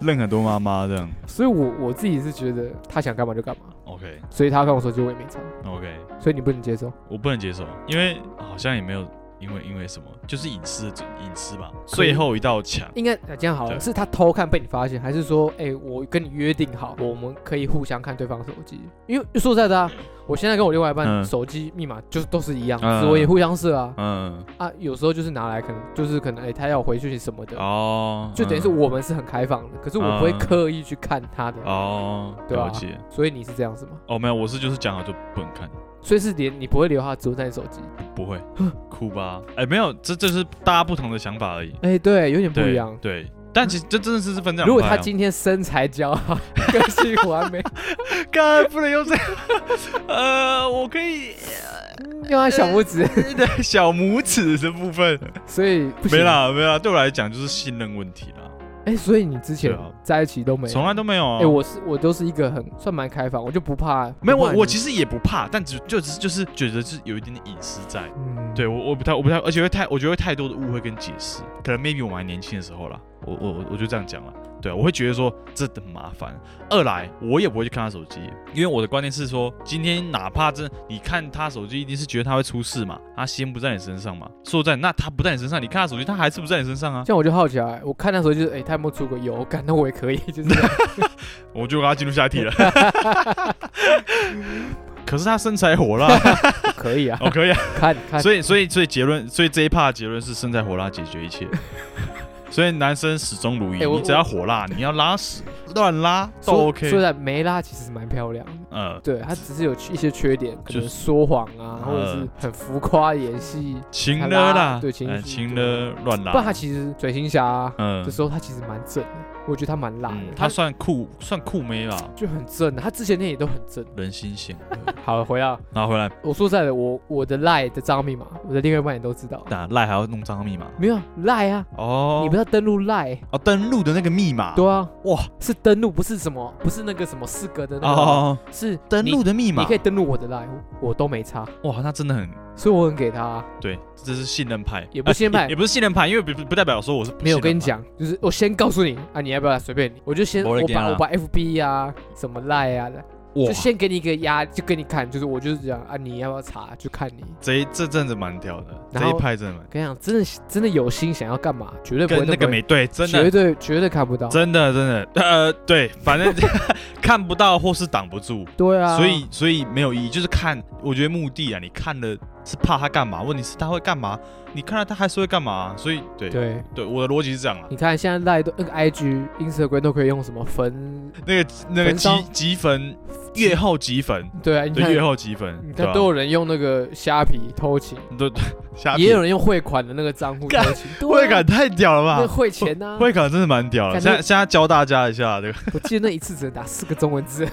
[SPEAKER 1] 认很多妈妈这样。
[SPEAKER 2] 所以我我自己是觉得他想干嘛就干嘛，
[SPEAKER 1] OK
[SPEAKER 2] 所以他跟我说就我也没差，
[SPEAKER 1] OK，
[SPEAKER 2] 所以你不能接受，
[SPEAKER 1] 我不能接受，因为好像也没有因为因为什么，就是隐私的隐私吧。
[SPEAKER 2] 以
[SPEAKER 1] 最后一道墙，
[SPEAKER 2] 应该呃这样好
[SPEAKER 1] 对
[SPEAKER 2] 了，是他偷看被你发现，还是说哎、我跟你约定好，我们可以互相看对方手机？因为说实在的啊，我现在跟我另外一半、
[SPEAKER 1] 嗯
[SPEAKER 2] 手机密码就是都是一样，
[SPEAKER 1] 嗯
[SPEAKER 2] 指纹也互相设啊，
[SPEAKER 1] 嗯，
[SPEAKER 2] 啊，有时候就是拿来可能就是可能哎、他要回去什么的，
[SPEAKER 1] 哦，
[SPEAKER 2] 就等于是
[SPEAKER 1] 嗯
[SPEAKER 2] 我们是很开放的，可是我不会刻意去看他的，
[SPEAKER 1] 哦，
[SPEAKER 2] 对啊吧
[SPEAKER 1] 了解。
[SPEAKER 2] 所以你是这样子吗？
[SPEAKER 1] 哦，没有，我是就是讲好就不能看，
[SPEAKER 2] 所以是连你不会留他的指纹在你手机？
[SPEAKER 1] 不会
[SPEAKER 2] 嗯
[SPEAKER 1] 哭吧？哎，没有，这这是大家不同的想法而已，
[SPEAKER 2] 哎、对，有点不
[SPEAKER 1] 对
[SPEAKER 2] 一样。
[SPEAKER 1] 对。但其实这真的是是分这样。啊
[SPEAKER 2] 如果他今天身材姣好， 个性完 美，
[SPEAKER 1] 干不能用这样， 呃，我可以
[SPEAKER 2] 用他嗯小拇指，
[SPEAKER 1] 对 小拇指的部分
[SPEAKER 2] 所以不行
[SPEAKER 1] 没。啦没啦，对我来讲就是信任问题啦，
[SPEAKER 2] 哎、所以你之前
[SPEAKER 1] 对啊
[SPEAKER 2] 在一起都没有？
[SPEAKER 1] 从来都没有啊。
[SPEAKER 2] 哎、我是我都是一个很算蛮开放，我就不怕。
[SPEAKER 1] 没有
[SPEAKER 2] 不怕
[SPEAKER 1] 我
[SPEAKER 2] 你
[SPEAKER 1] 我其实也不怕，但只就只是就是觉得是有一点点隐私在。
[SPEAKER 2] 嗯
[SPEAKER 1] 对我我不太我不太，而且会太我觉得会太多的误会跟解释，可能 maybe 我们还年轻的时候啦，我我我我就这样讲了。对啊，我会觉得说这很麻烦。二来我也不会去看他手机，因为我的观念是说，今天哪怕真你看他手机，一定是觉得他会出事嘛，他心不在你身上嘛。说在那他不在你身上，你看他手机，他还是不在你身上啊。
[SPEAKER 2] 像我就好奇啊，我看那时候就是，哎、他有没有出轨？有，感那我也可以， 就是这样
[SPEAKER 1] 我就跟他进入下一题了。 可是他身材火 辣，
[SPEAKER 2] 可以啊，
[SPEAKER 1] 哦可以啊。
[SPEAKER 2] 看看。
[SPEAKER 1] 所以，所以，所以结论，所以这一趴的结论是身材火辣解决一 切。所以男生始终如一，
[SPEAKER 2] 哎我
[SPEAKER 1] 你只要火辣，你要拉屎乱拉都
[SPEAKER 2] 说说
[SPEAKER 1] OK。
[SPEAKER 2] 在梅拉其实蛮漂亮的，
[SPEAKER 1] 呃，
[SPEAKER 2] 对她只是有一些缺点，可
[SPEAKER 1] 就是
[SPEAKER 2] 能说谎
[SPEAKER 1] 呃
[SPEAKER 2] 啊，或者是很浮夸演戏，
[SPEAKER 1] 亲了啦，
[SPEAKER 2] 对情绪
[SPEAKER 1] 哎亲了乱
[SPEAKER 2] 不然她
[SPEAKER 1] 拉。
[SPEAKER 2] 其实水行侠啊
[SPEAKER 1] 嗯
[SPEAKER 2] 这时候她其实蛮正的，我觉得她蛮辣
[SPEAKER 1] 嗯
[SPEAKER 2] 的，，
[SPEAKER 1] 他
[SPEAKER 2] 她
[SPEAKER 1] 算酷，算酷妹啦，
[SPEAKER 2] 就很正的，她之前那也都很正。
[SPEAKER 1] 人心险恶。
[SPEAKER 2] 好，回到
[SPEAKER 1] 拿回来
[SPEAKER 2] 我说实在的，我我的赖的账号密码，我的另外一半也都知道，
[SPEAKER 1] 打赖还要弄账号密码
[SPEAKER 2] 没有赖啊，
[SPEAKER 1] 哦
[SPEAKER 2] 你不，要登录赖，
[SPEAKER 1] 哦登录的那个密码哦
[SPEAKER 2] 对啊，
[SPEAKER 1] 哇，
[SPEAKER 2] 是登录，不是什么，不是那个什么四格的那个，
[SPEAKER 1] 哦，
[SPEAKER 2] 是
[SPEAKER 1] 登录
[SPEAKER 2] 你，
[SPEAKER 1] 的密码
[SPEAKER 2] 你可以登录我的赖，我都没差，
[SPEAKER 1] 哇，那真的很
[SPEAKER 2] 所以我很给他啊。
[SPEAKER 1] 对，这是信任派，
[SPEAKER 2] 也不是信任派
[SPEAKER 1] 呃也也不是信任派，因为不不不代表说我是不
[SPEAKER 2] 没有，我
[SPEAKER 1] 信任
[SPEAKER 2] 跟你
[SPEAKER 1] 派，
[SPEAKER 2] 讲，就是我先告诉你啊，你要不要随便你，我就先
[SPEAKER 1] 没人
[SPEAKER 2] 我
[SPEAKER 1] 给啊
[SPEAKER 2] 把我把 FB 啊、什么赖啊，就
[SPEAKER 1] 哇，
[SPEAKER 2] 先给你一个压，就给你看，就是我就是这样啊，你要不要查就看你。
[SPEAKER 1] 这一这阵子蛮屌的，
[SPEAKER 2] 然
[SPEAKER 1] 这
[SPEAKER 2] 后
[SPEAKER 1] 一派真的蛮，
[SPEAKER 2] 跟你讲，真的真的有心想要干嘛，绝对不会
[SPEAKER 1] 跟那个
[SPEAKER 2] 么
[SPEAKER 1] 没对，真
[SPEAKER 2] 绝
[SPEAKER 1] 的
[SPEAKER 2] 对绝对看不到。
[SPEAKER 1] 真的真的，呃，对，反正 看不到或是挡不住，
[SPEAKER 2] 对啊，
[SPEAKER 1] 所以所以没有意义，就是看，我觉得目的啊，你看了是怕他干嘛？问题是他会干嘛？你看到他还是会干嘛、啊所以对对
[SPEAKER 2] 对，
[SPEAKER 1] 我的逻辑是这 样啊。
[SPEAKER 2] 你看现在赖都那个 IG、Instagram 都可以用什么分？
[SPEAKER 1] 那个那个
[SPEAKER 2] 焚
[SPEAKER 1] 集
[SPEAKER 2] 烧
[SPEAKER 1] 集粉，月后集粉，
[SPEAKER 2] 对啊，你看
[SPEAKER 1] 对，月后集粉，
[SPEAKER 2] 你
[SPEAKER 1] 对
[SPEAKER 2] 看
[SPEAKER 1] 吧
[SPEAKER 2] 都有人用那个虾皮偷情，
[SPEAKER 1] 都 虾皮
[SPEAKER 2] 也有人用汇款的那个账户偷
[SPEAKER 1] 干
[SPEAKER 2] 情，
[SPEAKER 1] 汇
[SPEAKER 2] 对啊
[SPEAKER 1] 感太屌了
[SPEAKER 2] 那
[SPEAKER 1] 吧？
[SPEAKER 2] 汇钱呐、
[SPEAKER 1] 汇感真的蛮屌了。
[SPEAKER 2] 感
[SPEAKER 1] 现
[SPEAKER 2] 觉
[SPEAKER 1] 在现在教大家一下这个，
[SPEAKER 2] 我记得那一次只能打四个中文字，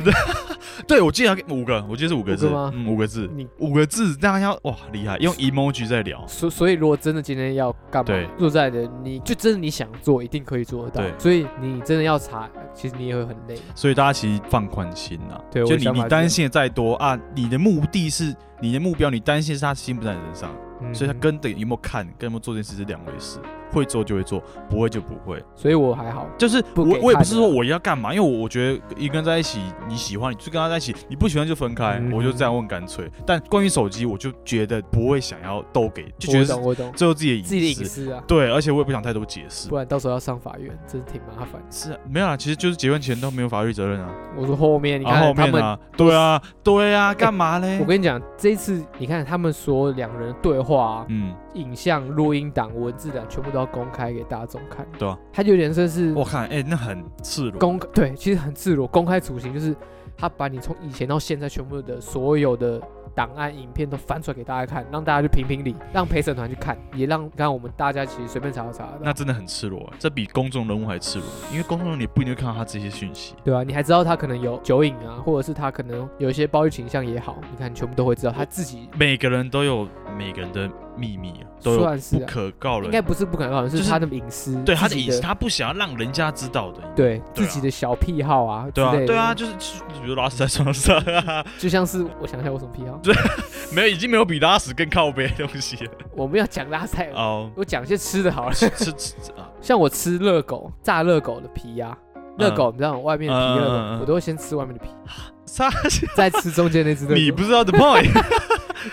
[SPEAKER 1] 对我记得要给五个，我记得是五个字
[SPEAKER 2] 五个吗，
[SPEAKER 1] 嗯，五个字，
[SPEAKER 2] 你
[SPEAKER 1] 五个字，大家要哇厉害， 用 emoji 在聊。
[SPEAKER 2] 所所以如果真的今天要干
[SPEAKER 1] 对
[SPEAKER 2] 嘛，做在的你就真的你想做，一定可以做得
[SPEAKER 1] 对
[SPEAKER 2] 到。所以你真的要查，其实你也会很累。
[SPEAKER 1] 所以大家其实放宽心呐、
[SPEAKER 2] 对我
[SPEAKER 1] 就
[SPEAKER 2] 的
[SPEAKER 1] 你
[SPEAKER 2] 想法
[SPEAKER 1] 你
[SPEAKER 2] 是
[SPEAKER 1] 担心的再多啊，你的目的是你的目标，你担心是他心不在你身上，
[SPEAKER 2] 嗯
[SPEAKER 1] 所以他跟的有没有看，跟有没有做这件事是两回事。会做就会做，不会就不会。
[SPEAKER 2] 所以我还好，
[SPEAKER 1] 就是
[SPEAKER 2] 不
[SPEAKER 1] 我
[SPEAKER 2] 给
[SPEAKER 1] 我也
[SPEAKER 2] 看
[SPEAKER 1] 不是
[SPEAKER 2] 的
[SPEAKER 1] 说
[SPEAKER 2] 啦
[SPEAKER 1] 我要干嘛，因为我我觉得一个人在一起，你喜欢你就跟他在一起，你不喜欢就分开，
[SPEAKER 2] 嗯
[SPEAKER 1] 我就这样问干脆。但关于手机，我就觉得不会想要都给，就觉
[SPEAKER 2] 我
[SPEAKER 1] 得是
[SPEAKER 2] 懂我懂
[SPEAKER 1] 最后自己的隐私。
[SPEAKER 2] 自己的隐私啊，
[SPEAKER 1] 对，而且我也不想太多解释
[SPEAKER 2] 不。然到时候要上法院，真是挺麻烦。
[SPEAKER 1] 是啊没有啊，其实就是结婚前都没有法律责任啊。
[SPEAKER 2] 我说后面你
[SPEAKER 1] 然后后
[SPEAKER 2] 看
[SPEAKER 1] 面
[SPEAKER 2] 他们，
[SPEAKER 1] 啊，对啊，对啊，干嘛嘞
[SPEAKER 2] 我？跟你讲，这一次你看他们所有两人的对话、啊、
[SPEAKER 1] 嗯，
[SPEAKER 2] 影像、录音档、文字档，全部都要公开给大众看。
[SPEAKER 1] 对啊，
[SPEAKER 2] 他就有点算是
[SPEAKER 1] 我看，哎，那很赤裸。
[SPEAKER 2] 公对，其实很赤裸，公开处刑就是他把你从以前到现在全部的所有的档案、影片都翻出来给大家看，让大家去评评理，让陪审团去看，也让让我们大家其实随便查都查得到
[SPEAKER 1] 那真的很赤裸，这比公众人物还赤裸，因为公众人物你不一定会看到他这些讯息。
[SPEAKER 2] 对啊，你还知道他可能有酒瘾啊，或者是他可能有一些暴力倾向也好，你看全部都会知道他自己
[SPEAKER 1] 每个人都有每个人的秘密啊，都有
[SPEAKER 2] 算是
[SPEAKER 1] 不
[SPEAKER 2] 啊
[SPEAKER 1] 可告
[SPEAKER 2] 应
[SPEAKER 1] 人，
[SPEAKER 2] 该不是不可能告人，
[SPEAKER 1] 就是是
[SPEAKER 2] 他的隐私，
[SPEAKER 1] 对他
[SPEAKER 2] 自
[SPEAKER 1] 的
[SPEAKER 2] 己
[SPEAKER 1] 隐私，他不想要让人家知道的。
[SPEAKER 2] 对
[SPEAKER 1] 对
[SPEAKER 2] 自
[SPEAKER 1] 啊
[SPEAKER 2] 己的小癖好啊，
[SPEAKER 1] 对啊
[SPEAKER 2] 之类，的
[SPEAKER 1] 对啊，，就是就比如拉屎在床上 啊，
[SPEAKER 2] 就像是我想一下我什么癖好，
[SPEAKER 1] 没有，已经没有比拉屎更靠背的东西了。
[SPEAKER 2] 我们要讲拉塞尔，
[SPEAKER 1] 哦，
[SPEAKER 2] 我讲些吃的好 了。
[SPEAKER 1] 吃吃吃啊，
[SPEAKER 2] 像我吃热狗，炸热狗的皮呀、热狗，你知道外面的皮热狗，
[SPEAKER 1] 嗯嗯嗯嗯
[SPEAKER 2] 我都会先吃外面的皮，
[SPEAKER 1] 啥？
[SPEAKER 2] 再吃中间那只热狗。
[SPEAKER 1] 你不知道的 point，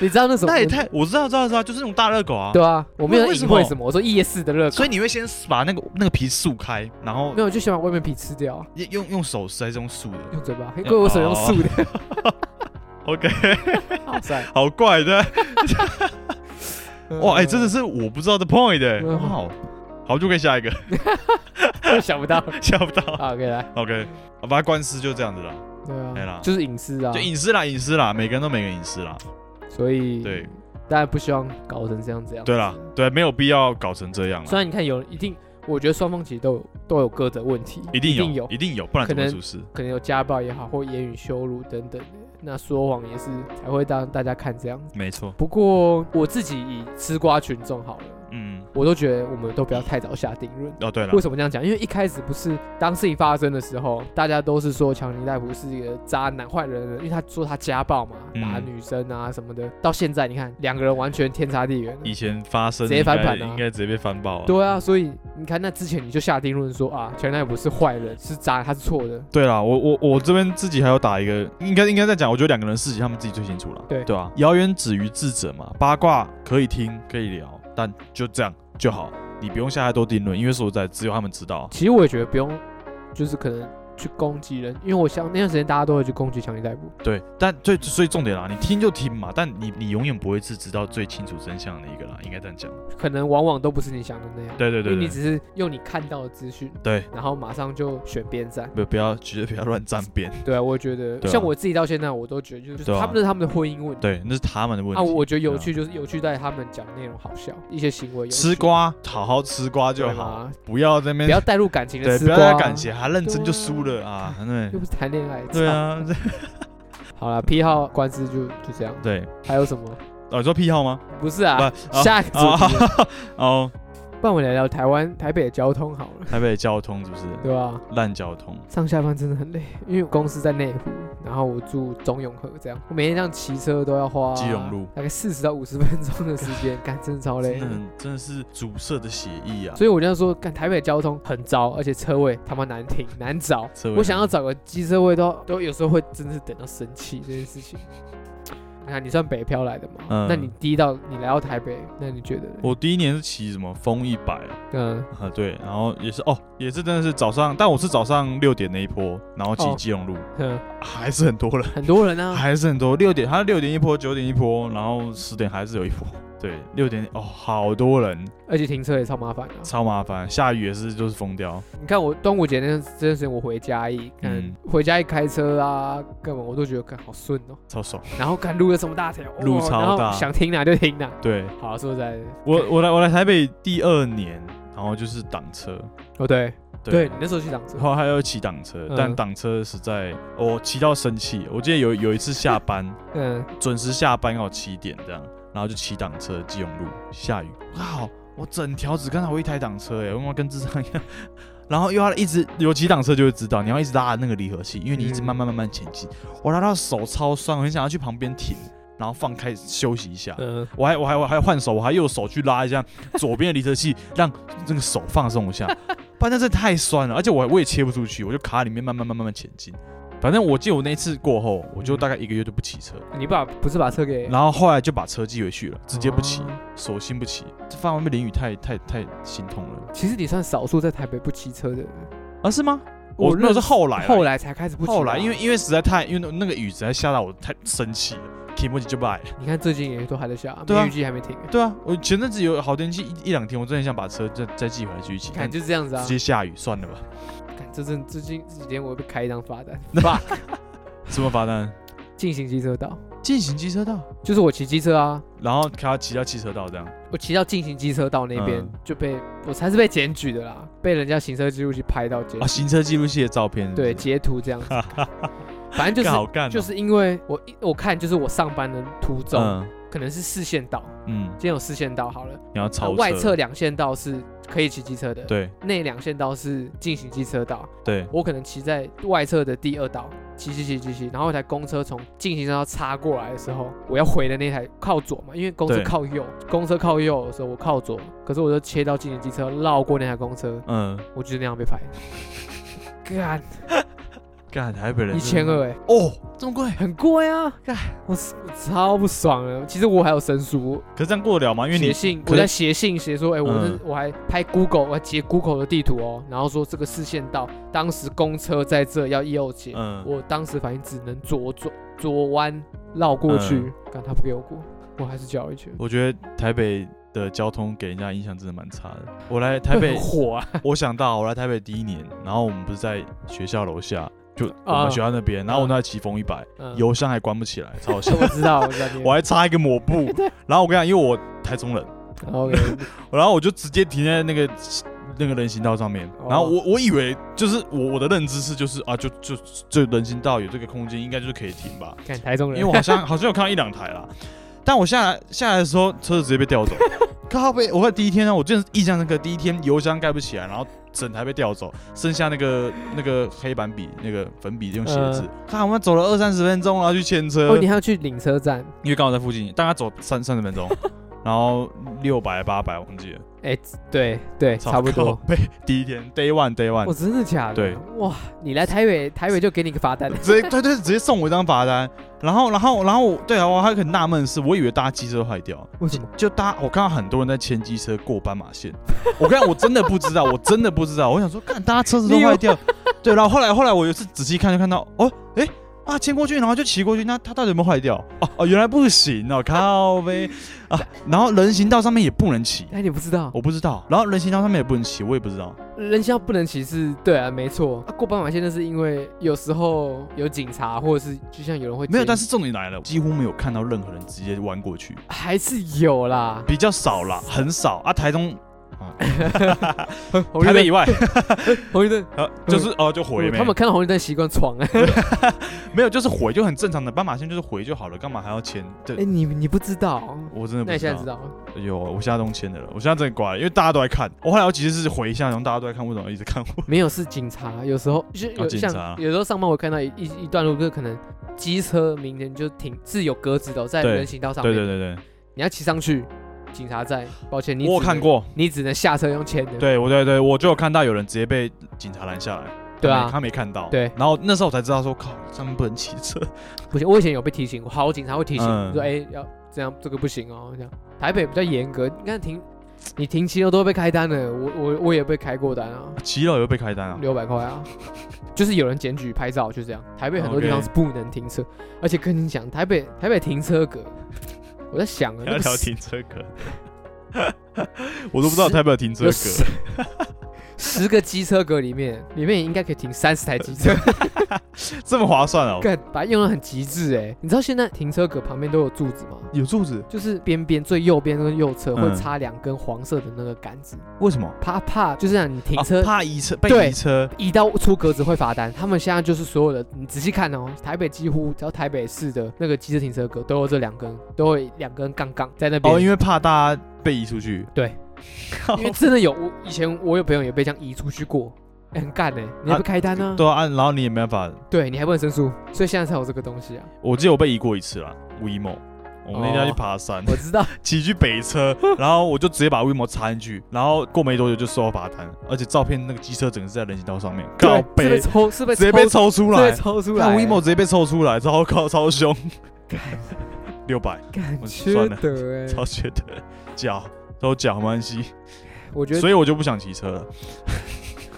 [SPEAKER 2] 你知道那什么？
[SPEAKER 1] 那也太我知道知道知道，就是那种大热狗啊。
[SPEAKER 2] 对啊，我没有
[SPEAKER 1] 为
[SPEAKER 2] 隐
[SPEAKER 1] 什
[SPEAKER 2] 晦
[SPEAKER 1] 么
[SPEAKER 2] 什么，我说夜市的热狗，
[SPEAKER 1] 所以你会先把那个那个皮塑开，然后
[SPEAKER 2] 没有，我就先把外面皮吃掉啊，
[SPEAKER 1] 用用用手撕还是用塑的
[SPEAKER 2] 用嘴巴，因为我手用素的，
[SPEAKER 1] ？OK， 哦
[SPEAKER 2] 好帅。
[SPEAKER 1] 好怪的，哇，哎、真的
[SPEAKER 2] 是
[SPEAKER 1] 是我不知道的 point 哎、
[SPEAKER 2] 嗯
[SPEAKER 1] 哇哦，好，就可以下一个，
[SPEAKER 2] 想不到。
[SPEAKER 1] 吓不到。
[SPEAKER 2] 好，可以来，
[SPEAKER 1] OK，好吧，官司就这样子啦，
[SPEAKER 2] 对
[SPEAKER 1] 没
[SPEAKER 2] 啊
[SPEAKER 1] 哎啦，
[SPEAKER 2] 就是隐私啊
[SPEAKER 1] 就，隐私啦，隐私啦，每个人都每个人隐私啦。
[SPEAKER 2] 所以
[SPEAKER 1] 对，
[SPEAKER 2] 大家不希望搞成这样这样。
[SPEAKER 1] 对啦，啊对，没有必要搞成这样
[SPEAKER 2] 虽
[SPEAKER 1] 啦，
[SPEAKER 2] 然你看有一定，我觉得双方其实都有都有各的问题，
[SPEAKER 1] 一定
[SPEAKER 2] 定
[SPEAKER 1] 有，
[SPEAKER 2] 有，
[SPEAKER 1] 一定有，不然
[SPEAKER 2] 可
[SPEAKER 1] 怎么
[SPEAKER 2] 能
[SPEAKER 1] 会出事？
[SPEAKER 2] 可能有家暴也好，或言语羞辱等等的，那说谎也是才会让大家看这样子。
[SPEAKER 1] 没错，
[SPEAKER 2] 不过我自己以吃瓜群众好了，
[SPEAKER 1] 嗯，
[SPEAKER 2] 我都觉得我们都不要太早下定论。
[SPEAKER 1] 哦，对了
[SPEAKER 2] 为，什么这样讲？因为一开始不是当事情发生的时候，大家都是说强尼戴普是一个渣男、坏人，因为他说他家暴嘛，
[SPEAKER 1] 嗯
[SPEAKER 2] 打女生啊什么的。到现在你看，两个人完全天差地远。
[SPEAKER 1] 以前发生
[SPEAKER 2] 直接翻
[SPEAKER 1] 应该
[SPEAKER 2] 盘啊
[SPEAKER 1] 应该直接被翻爆啊。
[SPEAKER 2] 对啊，所以你看，那之前你就下定论说啊，强尼戴普是坏人，是渣，他是错的。
[SPEAKER 1] 对啦，我我我这边自己还有打一个，应该应该在讲，我觉得两个人的事情他们自己最清楚了。
[SPEAKER 2] 对
[SPEAKER 1] 对啊，谣言止于智者嘛，八卦可以听可以聊，但就这样就好，你不用下太多定论，因为说实在只有他们知道。
[SPEAKER 2] 其实我也觉得不用，就是可能去攻击人，因为我想那段时间大家都会去攻击强尼戴普。
[SPEAKER 1] 对，但最所以重点啦，你听就听嘛，但你你永远不会是知道最清楚真相的一个啦，应该这样讲。
[SPEAKER 2] 可能往往都不是你想的那样。
[SPEAKER 1] 对对对
[SPEAKER 2] 因为你
[SPEAKER 1] 对，
[SPEAKER 2] 只是用你看到的资讯，
[SPEAKER 1] 对，
[SPEAKER 2] 然后马上就选边站。
[SPEAKER 1] 不不要绝对不要乱站 边，
[SPEAKER 2] 对啊，我觉得、
[SPEAKER 1] 对啊
[SPEAKER 2] 像我自己到现在，我都觉得就是
[SPEAKER 1] 对啊
[SPEAKER 2] 他们的他们的婚姻问题。
[SPEAKER 1] 对，那是他们的问题。
[SPEAKER 2] 啊，我觉得有趣就是有趣在他们讲内容好笑，一些行为有趣
[SPEAKER 1] 吃瓜，好好吃瓜就
[SPEAKER 2] 对
[SPEAKER 1] 好，
[SPEAKER 2] 吗？
[SPEAKER 1] 不要在那
[SPEAKER 2] 不要
[SPEAKER 1] 边
[SPEAKER 2] 带入感情的
[SPEAKER 1] 对，
[SPEAKER 2] 吃
[SPEAKER 1] 不
[SPEAKER 2] 瓜，
[SPEAKER 1] 要再感情，还认真就
[SPEAKER 2] 对啊
[SPEAKER 1] 输了啊，对
[SPEAKER 2] 又不是谈恋爱。
[SPEAKER 1] 对啊，
[SPEAKER 2] 操，好了，批号官司就就这样。
[SPEAKER 1] 对。
[SPEAKER 2] 还有什么？
[SPEAKER 1] 哦，你说癖好吗？
[SPEAKER 2] 不是啊，
[SPEAKER 1] 不，
[SPEAKER 2] 下一个
[SPEAKER 1] 哦
[SPEAKER 2] 主题，
[SPEAKER 1] 哦，
[SPEAKER 2] 帮我们聊聊台湾台北的交通好了，
[SPEAKER 1] 台北的交通是不是
[SPEAKER 2] 对吧、
[SPEAKER 1] 烂交通？
[SPEAKER 2] 上下班真的很累，因为我公司在内湖，然后我住中永和，这样我每天这样骑车都要花
[SPEAKER 1] 基隆路
[SPEAKER 2] 大概四十到五十分钟的时间， 干真的超
[SPEAKER 1] 真
[SPEAKER 2] 累
[SPEAKER 1] 的。很真的是阻塞的血液啊！
[SPEAKER 2] 所以我就说，干台北的交通很糟，而且车位他妈难停难找。
[SPEAKER 1] 车位
[SPEAKER 2] 我想要找个机车位都都有时候会真的是等到生气这件事情。你看你算北漂来的嘛，
[SPEAKER 1] 嗯
[SPEAKER 2] 那你第一到你来到台北，那你觉得呢？
[SPEAKER 1] 我第一年是骑什么风一百
[SPEAKER 2] 嗯，
[SPEAKER 1] 啊，对，然后也是哦，也是真的是早上，但我是早上六点那一波，然后骑
[SPEAKER 2] 哦
[SPEAKER 1] 基隆路，
[SPEAKER 2] 嗯，
[SPEAKER 1] 还是很多人，
[SPEAKER 2] 很多人啊，
[SPEAKER 1] 还是很多。六点，他六点一波，九点一波，然后十点还是有一波。对，六点哦，好多人，
[SPEAKER 2] 而且停车也超麻烦的、啊
[SPEAKER 1] 超麻烦。下雨也是就是疯掉。
[SPEAKER 2] 你看我端午节那段这段时间，我回嘉义，看
[SPEAKER 1] 嗯
[SPEAKER 2] 回嘉义开车啊，干嘛我都觉得看好顺哦。
[SPEAKER 1] 超爽。
[SPEAKER 2] 然后看路又这么大条，哇
[SPEAKER 1] 路超
[SPEAKER 2] 然后
[SPEAKER 1] 大
[SPEAKER 2] 想停哪就停哪。
[SPEAKER 1] 对
[SPEAKER 2] 好，说实在的，
[SPEAKER 1] 我，我来我来台北第二年，然后就是挡车，
[SPEAKER 2] 哦对，对
[SPEAKER 1] 对
[SPEAKER 2] 你，那时候去挡车
[SPEAKER 1] 然，后还要骑挡车，但
[SPEAKER 2] 嗯
[SPEAKER 1] 挡车实在我骑到生气。我记得有有一次下班，
[SPEAKER 2] 嗯，
[SPEAKER 1] 准时下班，刚好七点这样，然后就骑挡车基隆路，下雨，靠，我整条只看到我一台挡车、欸，哎，我他妈跟智障一样。 然后又要一直有骑挡车就会知道，你要一直拉那个离合器，因为你一直
[SPEAKER 2] 嗯
[SPEAKER 1] 慢慢慢慢前进。我拉到手超酸，我很想要去旁边停，然后放开休息一下。
[SPEAKER 2] 嗯，
[SPEAKER 1] 我还我还我还换手，我还右手去拉一下左边的离合器，让这个手放松一下，不然那真的太酸了，而且我我也切不出去，我就卡里面慢慢慢慢慢慢前进。反正我记得我那一次过后，我就大概一个月都不骑车，
[SPEAKER 2] 你把不是把车给
[SPEAKER 1] 然后后来就把车寄回去了，直接不骑，
[SPEAKER 2] 哦
[SPEAKER 1] 手心不骑，这放外面淋雨太太太心痛了
[SPEAKER 2] 其实你算少数在台北不骑车的人，
[SPEAKER 1] 啊？是吗？我那
[SPEAKER 2] 认
[SPEAKER 1] 是
[SPEAKER 2] 识
[SPEAKER 1] 后来啦，
[SPEAKER 2] 后来才开始不骑的啊。
[SPEAKER 1] 后来，因为因为实在太，因为那那个雨实在下到我太生气了 k i m o j i 就拜。
[SPEAKER 2] 你看最近也都还在下，
[SPEAKER 1] 对啊
[SPEAKER 2] 梅雨季还没停，
[SPEAKER 1] 对啊，我前阵子有好天气一一两天，我真的很想把车再再寄回来继续骑，
[SPEAKER 2] 看
[SPEAKER 1] 但
[SPEAKER 2] 就是这样子啊
[SPEAKER 1] 直。接下雨算了吧。
[SPEAKER 2] 看这阵最近这几天我会被开一张罚单，罚
[SPEAKER 1] 什么罚单？
[SPEAKER 2] 进行机车道，
[SPEAKER 1] 进行机车道，
[SPEAKER 2] 就是我骑机车啊，
[SPEAKER 1] 然后他骑到汽车道这样。
[SPEAKER 2] 我骑到进行机车道那边、
[SPEAKER 1] 嗯
[SPEAKER 2] 就被我才是被检举的啦，被人家行车记录器拍到检
[SPEAKER 1] 啊，
[SPEAKER 2] 举，
[SPEAKER 1] 行车记录器的照片是不
[SPEAKER 2] 对，
[SPEAKER 1] 是，
[SPEAKER 2] 截图这 样子，反正就是
[SPEAKER 1] 更好干哦，
[SPEAKER 2] 就是因为我一我看就是我上班的途中、
[SPEAKER 1] 嗯
[SPEAKER 2] 可能是四线道，
[SPEAKER 1] 嗯，
[SPEAKER 2] 今天有四线道好了，
[SPEAKER 1] 你要
[SPEAKER 2] 呃
[SPEAKER 1] 超
[SPEAKER 2] 外侧两线道是可以骑机车的，，
[SPEAKER 1] 对
[SPEAKER 2] 内两线道是进行机车道，
[SPEAKER 1] 对，
[SPEAKER 2] 我可能骑在外侧的第二道。骑骑骑骑骑，然后一台公车从进行车道插过来的时候，我要回的那台靠左嘛，因为公车
[SPEAKER 1] 对
[SPEAKER 2] 靠右，公车靠右的时候我靠左，可是我就切到进行机车，绕过那台公车，
[SPEAKER 1] 嗯，
[SPEAKER 2] 我就是那样被 拍。干
[SPEAKER 1] 干台北人
[SPEAKER 2] 一千二哎，
[SPEAKER 1] 哦，这么贵，
[SPEAKER 2] 很贵啊！
[SPEAKER 1] 干
[SPEAKER 2] 我我超不爽了。其实我还有申诉，
[SPEAKER 1] 可是这样过得了吗？因为
[SPEAKER 2] 写
[SPEAKER 1] 你
[SPEAKER 2] 信，
[SPEAKER 1] 可
[SPEAKER 2] 我
[SPEAKER 1] 是
[SPEAKER 2] 在写信写说，哎、我这
[SPEAKER 1] 嗯
[SPEAKER 2] 我还拍 Google，我还截 Google 的地图哦，然后说这个四线道，当时公车在这要右切，
[SPEAKER 1] 嗯
[SPEAKER 2] 我当时反应只能左左左弯绕过
[SPEAKER 1] 嗯
[SPEAKER 2] 去，但他不给我过，我还是叫一圈。
[SPEAKER 1] 我觉得台北的交通给人家印象真的蛮差的。我来台北
[SPEAKER 2] 会很， 火啊，
[SPEAKER 1] 我想到我来台北第一年，然后我们不是在学校楼下，就我
[SPEAKER 2] 啊
[SPEAKER 1] 们学校那边，然后我那台骑风一百，
[SPEAKER 2] 嗯。
[SPEAKER 1] 油箱还关不起来，超好笑
[SPEAKER 2] 我知道，我知道你。
[SPEAKER 1] 我还插一个抹布，然后我跟你讲，因为我台中人，
[SPEAKER 2] OK，
[SPEAKER 1] 然后我就直接停在那个那个人行道上面，
[SPEAKER 2] 哦
[SPEAKER 1] 然后我我以为就是我我的认知是就是啊就就就人行道有这个空间应该就是可以停吧，
[SPEAKER 2] 看台中
[SPEAKER 1] 因
[SPEAKER 2] 人，
[SPEAKER 1] 为我好像好像有看到一两台啦，但我下来下来的时候车子直接被调 走，靠背，我在第一天呢，我真的是印象深刻，第一天油箱盖不起来，然后整台被调走，剩下那个那个黑板笔那个粉笔用写的字，看、我们走了二三十分钟，然后去牵车，
[SPEAKER 2] 嗯哦，你还要去领车站，
[SPEAKER 1] 因为刚好在附近，大概走三三十分 钟，然后六百八百忘记了。
[SPEAKER 2] 哎对对，差不多。
[SPEAKER 1] 被第一天 day one day
[SPEAKER 2] 我
[SPEAKER 1] one，
[SPEAKER 2] 真的假的？
[SPEAKER 1] 对，
[SPEAKER 2] 哇，你来台北，台北就给你个罚单。
[SPEAKER 1] 直接对对，直接送我一张罚单。然后然后然后我对啊，我还很纳闷的是，我以为大家机车坏掉，
[SPEAKER 2] 为什么？
[SPEAKER 1] 就大家我看到很多人在牵机车过斑马 线，我看我真的不知道，我真的不知道，我想说，看大家车子都坏 掉，对。然后后来后来我有一次仔细看就看到，哦，哎。啊，牵过去，然后就骑过去，那它到底有没有坏掉？哦哦，原来不行哦，靠呗啊！然后人行道上面也不能骑，
[SPEAKER 2] 哎，你不知道，
[SPEAKER 1] 我不知道。然后人行道上面也不能骑，我也不知道。
[SPEAKER 2] 人行道不能骑是，对啊，没错。啊、过斑马线那是因为有时候有警察，或者是就像有人会
[SPEAKER 1] 没有，
[SPEAKER 2] 检
[SPEAKER 1] 但是重点来了，几乎没有看到任何人直接弯过去，
[SPEAKER 2] 还是有啦。
[SPEAKER 1] 比较少 啦，很少啊。台中、台
[SPEAKER 2] 红绿
[SPEAKER 1] 北
[SPEAKER 2] 灯
[SPEAKER 1] 以，外，
[SPEAKER 2] 红绿灯，
[SPEAKER 1] 呃就是哦、就回呗。
[SPEAKER 2] 他们看到红绿灯习惯闯。哎、
[SPEAKER 1] 没有，就是回就很正常的，斑马线就是回就好了，干嘛还要签？对，
[SPEAKER 2] 哎你你不知道，
[SPEAKER 1] 我真的不
[SPEAKER 2] 那你现在知
[SPEAKER 1] 道。
[SPEAKER 2] 道？
[SPEAKER 1] 有，我现在都签的了，我现在真的乖，因为大家都在看。哎我后来有几次是回一下，然后大家都在看，为什么一直看我？
[SPEAKER 2] 没有，是警察。有时候就有、
[SPEAKER 1] 哦警察
[SPEAKER 2] 像有时候上班，我看到一一一段路，就可能机车明天就停是有格子的哦，在
[SPEAKER 1] 对
[SPEAKER 2] 人行道上
[SPEAKER 1] 对
[SPEAKER 2] 面，
[SPEAKER 1] 对对 对，
[SPEAKER 2] 你要骑上去，警察在，抱歉，你
[SPEAKER 1] 我有
[SPEAKER 2] 只
[SPEAKER 1] 看
[SPEAKER 2] 能，
[SPEAKER 1] 过，
[SPEAKER 2] 你只能下车用签的。
[SPEAKER 1] 对我对对，我就有看到有人直接被警察拦下来，
[SPEAKER 2] 对
[SPEAKER 1] 他没
[SPEAKER 2] 啊
[SPEAKER 1] 他没看到。
[SPEAKER 2] 对
[SPEAKER 1] 然后那时候我才知道说，靠，上面不能骑车。
[SPEAKER 2] 不行，我以前有被提醒过，好，警察会提醒、
[SPEAKER 1] 嗯
[SPEAKER 2] 说，哎、要这样，这个不行哦，这样。台北比较严格，你看停，你停骑车都会被开单的，我我我也被开过单啊，
[SPEAKER 1] 骑了也会被开单啊？
[SPEAKER 2] 六百块啊，就是有人检举拍照，就这样。台北很多
[SPEAKER 1] OK
[SPEAKER 2] 地方是不能停车而且跟你讲，台北台北停车格，我在想啊，
[SPEAKER 1] 不
[SPEAKER 2] 那
[SPEAKER 1] 要
[SPEAKER 2] 个
[SPEAKER 1] 聊
[SPEAKER 2] 十
[SPEAKER 1] 停车格，我都不知道台北有停车
[SPEAKER 2] 有
[SPEAKER 1] 格
[SPEAKER 2] 十。十个机车格里面，里面应该可以停三十台 机车，
[SPEAKER 1] 哦这么划算哦、
[SPEAKER 2] 干把它用的很极致哎、你知道现在停车格旁边都有柱子吗？
[SPEAKER 1] 有柱子？
[SPEAKER 2] 就是边边最右边跟右侧会
[SPEAKER 1] 嗯
[SPEAKER 2] 插两根黄色的那个杆子，
[SPEAKER 1] 为什么？
[SPEAKER 2] 怕怕就是让你停
[SPEAKER 1] 啊
[SPEAKER 2] 车。
[SPEAKER 1] 怕移车被
[SPEAKER 2] 对
[SPEAKER 1] 移车，
[SPEAKER 2] 移到出格子会罚单，他们现在就是所有的，你仔细看哦，台北几乎只要台北市的那个机车停车格都有这两根，都会两根杠杠在那边。
[SPEAKER 1] 哦，因为怕大家被移出去。
[SPEAKER 2] 对， 因为真的有，我以前我有朋友也被这样移出 去过，哎很干呢、你还不开单呢、
[SPEAKER 1] 对啊啊，然后你也没办法。
[SPEAKER 2] 对你还不能申诉，所以现在才有这个东西啊。
[SPEAKER 1] 我记得我被移过一次啦，乌衣梦。我们那天要去爬山，
[SPEAKER 2] 我知道，
[SPEAKER 1] 骑去北车，然后我就直接把乌衣梦插进去，然后过没多久就收到罚单，而且照片那个机车整个是在人行道上面，告
[SPEAKER 2] 对是被
[SPEAKER 1] 北
[SPEAKER 2] 抽，是被
[SPEAKER 1] 直接被
[SPEAKER 2] 抽
[SPEAKER 1] 抽出
[SPEAKER 2] 是被
[SPEAKER 1] 来，
[SPEAKER 2] 抽出来、
[SPEAKER 1] 那
[SPEAKER 2] 欸。
[SPEAKER 1] 乌衣梦直接被抽出来，超高超凶，
[SPEAKER 2] 干
[SPEAKER 1] 六百
[SPEAKER 2] 干
[SPEAKER 1] 我
[SPEAKER 2] 缺
[SPEAKER 1] 算了
[SPEAKER 2] 德哎、
[SPEAKER 1] 超缺德，脚都脚没关系，
[SPEAKER 2] 我觉得
[SPEAKER 1] 所以我就不想骑车了，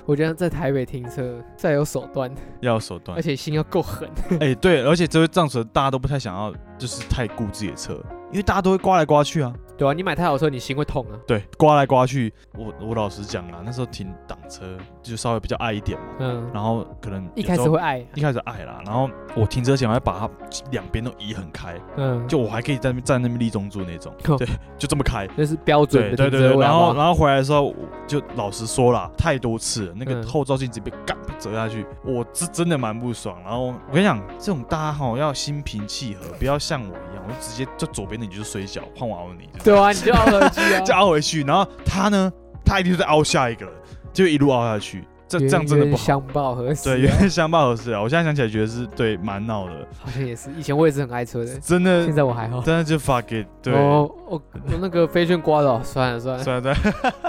[SPEAKER 2] 我觉得在台北停车再有手段，
[SPEAKER 1] 要有手段
[SPEAKER 2] 而。且心要够狠。
[SPEAKER 1] 哎、对，而且这会造成大家都不太想要，就是太顾自己的车，因为大家都会刮来刮去啊。
[SPEAKER 2] 对啊，你买太好的时候，你心会痛啊。
[SPEAKER 1] 对，刮来刮去，我我老实讲啦，那时候停挡车就稍微比较爱一点嘛，
[SPEAKER 2] 嗯，
[SPEAKER 1] 然后可能
[SPEAKER 2] 一
[SPEAKER 1] 有
[SPEAKER 2] 开
[SPEAKER 1] 时
[SPEAKER 2] 始
[SPEAKER 1] 候
[SPEAKER 2] 会爱，啊
[SPEAKER 1] 一开始爱啦，然后我停车前我还把它两边都移很开，
[SPEAKER 2] 嗯，
[SPEAKER 1] 就我还可以在那边站那边立中柱那种，
[SPEAKER 2] 哦
[SPEAKER 1] 对，就这么开。
[SPEAKER 2] 那是标准
[SPEAKER 1] 对
[SPEAKER 2] 的
[SPEAKER 1] 对
[SPEAKER 2] 停
[SPEAKER 1] 对
[SPEAKER 2] 车
[SPEAKER 1] 对，
[SPEAKER 2] 位，
[SPEAKER 1] 然
[SPEAKER 2] 好
[SPEAKER 1] 后
[SPEAKER 2] 不好
[SPEAKER 1] 然后回来的时候，我就老实说啦，太多次了，那个
[SPEAKER 2] 嗯
[SPEAKER 1] 后照镜直接被 嘎折下去，我是真的蛮不爽。然后我跟你讲，这种大家哈要心平气和，不要像我一样，我就直接就左边的你就是摔跤，换我凹你，就这
[SPEAKER 2] 对
[SPEAKER 1] 样
[SPEAKER 2] 啊，你就要回去
[SPEAKER 1] 就
[SPEAKER 2] 啊。
[SPEAKER 1] 凹回去。然后他呢，他一定是在凹下一个人，就一路凹下去，这这样真的不
[SPEAKER 2] 冤冤
[SPEAKER 1] 好。
[SPEAKER 2] 相报何时啊？
[SPEAKER 1] 对，有点 相貌合适啊。我现在想起来觉得是对蛮闹的，
[SPEAKER 2] 好像也是。以前我也是很爱车的，
[SPEAKER 1] 真的
[SPEAKER 2] 现，在我还好。
[SPEAKER 1] 真的就 fuck it，对。
[SPEAKER 2] 哦，我我那个飞旋刮的哦，算了算了，
[SPEAKER 1] 虽然在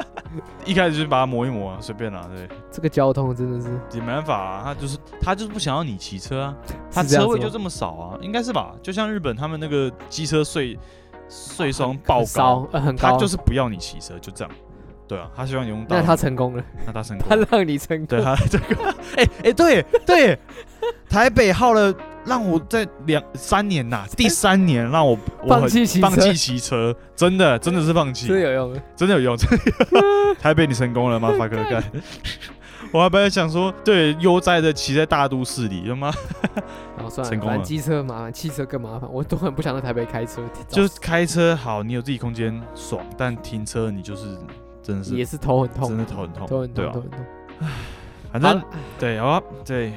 [SPEAKER 1] 一开始就是把它磨一磨啊，随便啦，对。
[SPEAKER 2] 这个交通真的是
[SPEAKER 1] 也没办法啊，他就是他就是不想要你骑车啊，他
[SPEAKER 2] 是这样
[SPEAKER 1] 车
[SPEAKER 2] 子
[SPEAKER 1] 位
[SPEAKER 2] 吗
[SPEAKER 1] 就这么少啊，应该是吧？就像日本他们那个机车税税双
[SPEAKER 2] 哦很
[SPEAKER 1] 爆
[SPEAKER 2] 骚
[SPEAKER 1] 高，，
[SPEAKER 2] 呃很
[SPEAKER 1] 他
[SPEAKER 2] 高。
[SPEAKER 1] 就是不要你骑车，就这样。对啊，他希望你用到
[SPEAKER 2] 那他成功了，
[SPEAKER 1] 那他成
[SPEAKER 2] 他
[SPEAKER 1] 功，
[SPEAKER 2] 让你成
[SPEAKER 1] 对
[SPEAKER 2] 功。
[SPEAKER 1] 他这个，哎哎，对对，台北耗了让我在两三年呐，第三年让我我
[SPEAKER 2] 放
[SPEAKER 1] 很
[SPEAKER 2] 弃骑车
[SPEAKER 1] 放弃骑车，真的真的是放弃，
[SPEAKER 2] 真的有用的，
[SPEAKER 1] 真的 有用，真的有台北你成功了吗，发哥干？我还本来想说，对，悠哉的骑在大都市里，他妈
[SPEAKER 2] 然哦后算了，
[SPEAKER 1] 成功了
[SPEAKER 2] 反正机车麻烦，汽车更麻烦，我都很不想在台北开车，
[SPEAKER 1] 就是是开车好，你有自己空间爽，但停车你就是真的是
[SPEAKER 2] 也是头
[SPEAKER 1] 真
[SPEAKER 2] 很痛，啊
[SPEAKER 1] 的头很痛，
[SPEAKER 2] 头很啊
[SPEAKER 1] 对吧
[SPEAKER 2] 痛，头？很痛。
[SPEAKER 1] 反
[SPEAKER 2] 好
[SPEAKER 1] 正
[SPEAKER 2] 了
[SPEAKER 1] 对，好吧，对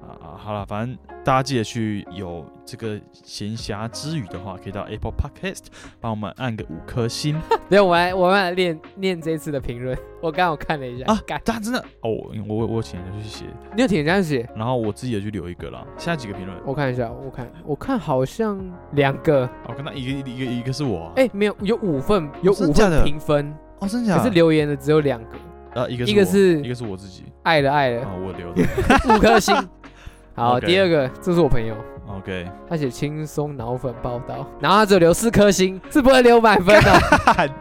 [SPEAKER 1] 啊啊，好了，反正大家记得去有这个闲暇之余的话，可以到 Apple Podcast 帮我们按个五颗 星
[SPEAKER 2] 对，我们来我们来念念这一次的评论。我刚好看了一下
[SPEAKER 1] 啊
[SPEAKER 2] 干，
[SPEAKER 1] 大家真的哦，我我我请人家去写，
[SPEAKER 2] 你有听人家写？
[SPEAKER 1] 然后我自己也去留一个啦。下几个评论，
[SPEAKER 2] 我看一下，我看我看好像两个，
[SPEAKER 1] 我看到哦一个一个一个是我啊，
[SPEAKER 2] 哎、没有，有五份，有
[SPEAKER 1] 真的
[SPEAKER 2] 五
[SPEAKER 1] 假
[SPEAKER 2] 份
[SPEAKER 1] 的
[SPEAKER 2] 评分，
[SPEAKER 1] 哦，真假
[SPEAKER 2] 可
[SPEAKER 1] 的？
[SPEAKER 2] 是留言的只啊有两个，
[SPEAKER 1] 呃，一个
[SPEAKER 2] 一个
[SPEAKER 1] 我一
[SPEAKER 2] 是
[SPEAKER 1] 个是我自己
[SPEAKER 2] 爱了爱了
[SPEAKER 1] 啊，我留的。
[SPEAKER 2] 五颗星。 好
[SPEAKER 1] OK
[SPEAKER 2] 第二个，这是我朋友，
[SPEAKER 1] OK，
[SPEAKER 2] 他写轻松脑粉报道，然后他只有留四颗星，是不会留满分啊的、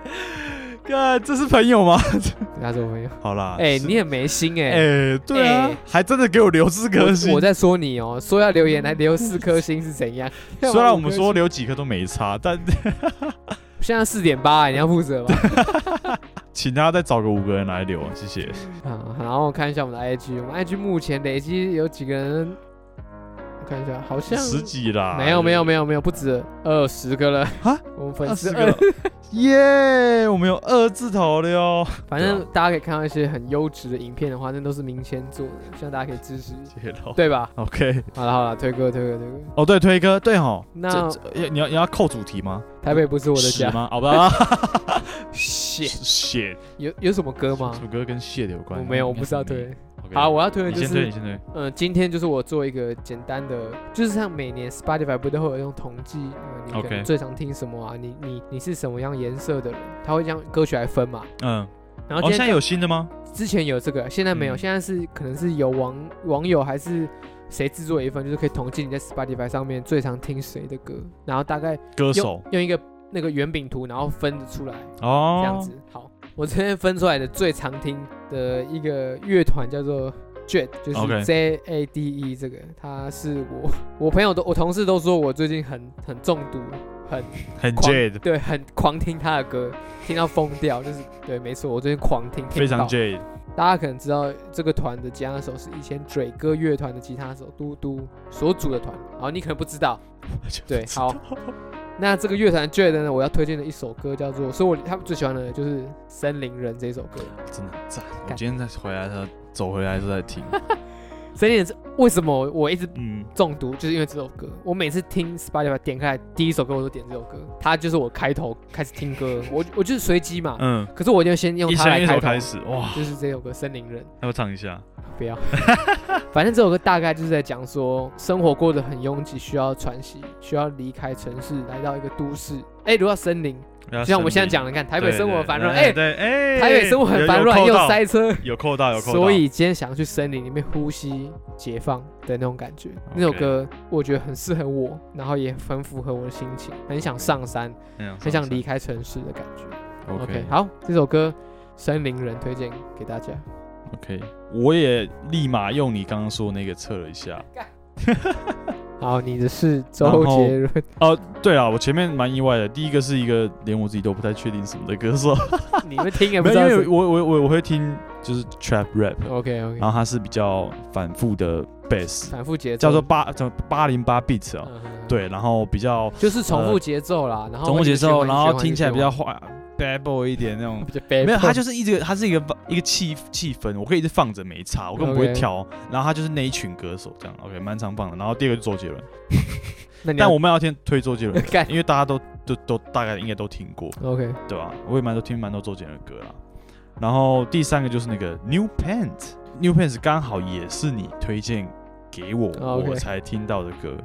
[SPEAKER 1] 哥，这是朋友吗？
[SPEAKER 2] 他是我朋友，
[SPEAKER 1] 好啦，
[SPEAKER 2] 哎、
[SPEAKER 1] 啊是
[SPEAKER 2] 你很没心哎、
[SPEAKER 1] 哎、对啊、
[SPEAKER 2] 哎
[SPEAKER 1] 还真的给我留四颗星
[SPEAKER 2] 我我。在说你哦、说要留言来留四颗星是怎样？
[SPEAKER 1] 虽然我们说留几颗都没差，但
[SPEAKER 2] 现在四点八，你要负责吗？
[SPEAKER 1] 请大家再找个五个人来留啊，谢谢。
[SPEAKER 2] 啊，然后看一下我们的 IG，我们 IG 目前累积有几个人？我看一下，好像
[SPEAKER 1] 十几啦，
[SPEAKER 2] 没有没有没有没有，不止二十个了
[SPEAKER 1] 啊！
[SPEAKER 2] 我们
[SPEAKER 1] 二
[SPEAKER 2] 粉
[SPEAKER 1] 十
[SPEAKER 2] 丝
[SPEAKER 1] 个啊
[SPEAKER 2] 二
[SPEAKER 1] 了，，耶我们有二字头的哟。
[SPEAKER 2] 反正大家可以看到一些很优质的影片的话，那都是民间做的，希望大家可以支持，
[SPEAKER 1] 谢谢喽。
[SPEAKER 2] 对吧？
[SPEAKER 1] OK，
[SPEAKER 2] 好了好了，推歌推歌推歌，
[SPEAKER 1] 哦对，推歌对吼，
[SPEAKER 2] 那
[SPEAKER 1] 这这你要你要扣主题吗？
[SPEAKER 2] 台北不是我的
[SPEAKER 1] 屎
[SPEAKER 2] 家，
[SPEAKER 1] 吗？好吧，
[SPEAKER 2] 谢
[SPEAKER 1] 谢
[SPEAKER 2] 有有什么歌吗
[SPEAKER 1] 什？么歌跟谢的有关？
[SPEAKER 2] 我没有，我不是要
[SPEAKER 1] 应该是
[SPEAKER 2] 推。
[SPEAKER 1] 没。OK
[SPEAKER 2] 好，我要推的
[SPEAKER 1] 你
[SPEAKER 2] 就
[SPEAKER 1] 先推，
[SPEAKER 2] 是
[SPEAKER 1] 你先推。
[SPEAKER 2] 呃，今天就是我做一个简单的，就是像每年 Spotify 不都会有用统计，呃，你可
[SPEAKER 1] OK
[SPEAKER 2] 能最常听什么啊你你你是什么样颜色的人，他会将歌曲来分嘛。
[SPEAKER 1] 嗯，
[SPEAKER 2] 然
[SPEAKER 1] 哦，
[SPEAKER 2] 后今
[SPEAKER 1] 现在
[SPEAKER 2] 天
[SPEAKER 1] 有新的吗？
[SPEAKER 2] 之前有这个，现在没有，
[SPEAKER 1] 嗯
[SPEAKER 2] 现在是可能是有网网友还是谁制作一份，就是可以统计你在 Spotify 上面最常听谁的歌，然后大概
[SPEAKER 1] 歌
[SPEAKER 2] 用
[SPEAKER 1] 手
[SPEAKER 2] 用一个那个圆饼图，然后分得出来
[SPEAKER 1] 哦，
[SPEAKER 2] 这样子。好，我这边分出来的最常听的一个乐团叫做 Jade，就是
[SPEAKER 1] OK
[SPEAKER 2] J A D E 这个，他是我我朋友都我同事都说我最近很很中毒，很
[SPEAKER 1] 很
[SPEAKER 2] 狂
[SPEAKER 1] Jade，
[SPEAKER 2] 对很狂听他的歌，听到疯掉，就是对，没错，我最近狂听，听
[SPEAKER 1] 非常
[SPEAKER 2] 到
[SPEAKER 1] Jade，
[SPEAKER 2] 大家可能知道这个团的吉他手是以前追歌乐团的吉他手嘟嘟所组的团，好，你可能不知道。 对好那这个乐团 Jade 呢，我要推荐的一首歌叫做，所以我他们最喜欢的就是《森林人》这一首歌。
[SPEAKER 1] 真的很赞。我
[SPEAKER 2] 干
[SPEAKER 1] 今天再回来的时候，走回来的时候在 听，
[SPEAKER 2] 森林人是为什么我一直
[SPEAKER 1] 嗯，
[SPEAKER 2] 中毒，就是因为这首歌。我每次听 Spotify 点开来第一首歌，我都点这首歌，它就是我开头开始听歌，我我就是随机嘛。
[SPEAKER 1] 嗯，
[SPEAKER 2] 可是我一定要先用
[SPEAKER 1] 一
[SPEAKER 2] 它
[SPEAKER 1] 生
[SPEAKER 2] 来
[SPEAKER 1] 一
[SPEAKER 2] 开
[SPEAKER 1] 首
[SPEAKER 2] 头，
[SPEAKER 1] 开始，哇，
[SPEAKER 2] 就是这首歌《森林人》。
[SPEAKER 1] 要不要唱一下？
[SPEAKER 2] 不要。反正这首歌大概就是在讲说，生活过得很拥挤，需要喘息，需要离开城市，来到一个都市。哎、如果到森林，
[SPEAKER 1] 就
[SPEAKER 2] 就像我们现在讲的，你看台
[SPEAKER 1] 台
[SPEAKER 2] 北生活很繁乱，
[SPEAKER 1] 啊
[SPEAKER 2] 哎、
[SPEAKER 1] 对，哎，
[SPEAKER 2] 台北生活很
[SPEAKER 1] 有
[SPEAKER 2] 繁乱又，塞
[SPEAKER 1] 有扣到
[SPEAKER 2] 车，
[SPEAKER 1] 有扣到，有扣到，
[SPEAKER 2] 所以今天想要去森林里面呼吸、解放的那种感觉。那首歌我觉得很适合我，然后也很符合我的心情，很想上山，很想离。开城市的感觉。OK，
[SPEAKER 1] 哎 OK，
[SPEAKER 2] 好，这首歌《森林人》推荐给大家。
[SPEAKER 1] OK，我也立马用你刚刚说的那个测了一下。
[SPEAKER 2] 好，你的是
[SPEAKER 1] 然
[SPEAKER 2] 周
[SPEAKER 1] 后
[SPEAKER 2] 杰伦。
[SPEAKER 1] 对啊，我前面蛮意外的，第一个是一个连我自己都不太确定什么的歌手，
[SPEAKER 2] 你们听也不
[SPEAKER 1] 没
[SPEAKER 2] 知
[SPEAKER 1] 有，
[SPEAKER 2] 道
[SPEAKER 1] 因
[SPEAKER 2] 是嗯
[SPEAKER 1] 为我我我我会听就是 trap rap，
[SPEAKER 2] OK OK，
[SPEAKER 1] 然后它是比较反复的 bass，
[SPEAKER 2] 反复节奏
[SPEAKER 1] 叫做八叫八零八 beats 啊，
[SPEAKER 2] 嗯嗯嗯
[SPEAKER 1] 对，然后比较
[SPEAKER 2] 就是重复节奏啦，然后
[SPEAKER 1] 中节奏，然后听起来比较
[SPEAKER 2] 比
[SPEAKER 1] 坏 bad boy 一点那种。
[SPEAKER 2] 较 bad
[SPEAKER 1] 没有，它
[SPEAKER 2] boy
[SPEAKER 1] 就是一直，它是一个一个气气氛，我可以一直放着没差，我根本不会
[SPEAKER 2] OK
[SPEAKER 1] 挑。然后它就是那一群歌手这样，OK，蛮常放的。然后第二个就是周杰伦，
[SPEAKER 2] 那你要，
[SPEAKER 1] 但我们要先推周杰伦
[SPEAKER 2] 干
[SPEAKER 1] 因为大家都都都大概应该都听过，
[SPEAKER 2] OK
[SPEAKER 1] 对吧、我也蛮多听蛮多周杰伦的歌啦。然后第三个就是那个 New Pants，New Pants 刚好也是你推荐给我
[SPEAKER 2] 哦，OK
[SPEAKER 1] 我才听到的歌。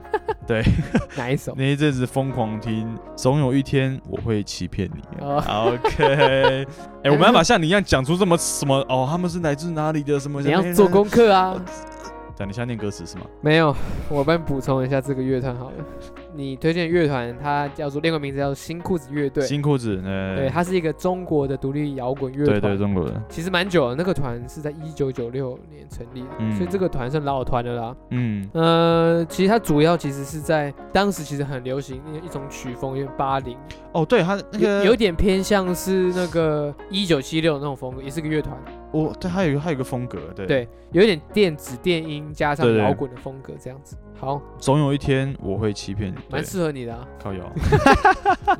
[SPEAKER 2] 哪一首？
[SPEAKER 1] 那一阵子疯狂听，总有一天我会欺骗你。啊
[SPEAKER 2] 哦
[SPEAKER 1] OK，哎、我没办法像你一样讲出这么什么哦，他们是来自哪里的什么？
[SPEAKER 2] 你要做功 课啊？
[SPEAKER 1] 讲，你现在念歌词是吗？
[SPEAKER 2] 没有，我帮你补充一下这个乐团好了。你推荐的乐团，它叫做另外名字叫做新裤子乐队，
[SPEAKER 1] 新裤子，呃，
[SPEAKER 2] 对，它是一个中国的独立摇滚乐
[SPEAKER 1] 对
[SPEAKER 2] 团。
[SPEAKER 1] 对，中国人，
[SPEAKER 2] 其实蛮久了，那个团是在一九九六年成立的，
[SPEAKER 1] 嗯
[SPEAKER 2] 所以这个团是老团的啦。
[SPEAKER 1] 嗯，
[SPEAKER 2] 呃，其实它主要其实是在当时其实很流行一种曲风，因为八零
[SPEAKER 1] 哦，对他那个
[SPEAKER 2] 有有点偏向是那个一九七六那种风格，也是个乐团，
[SPEAKER 1] 我对，还有一个还有一个风格，对
[SPEAKER 2] 对，有一点电子电音加上
[SPEAKER 1] 对对
[SPEAKER 2] 摇滚的风格这样子，好，
[SPEAKER 1] 总有一天我会欺骗你，对，
[SPEAKER 2] 蛮适合你的、啊
[SPEAKER 1] 靠腰，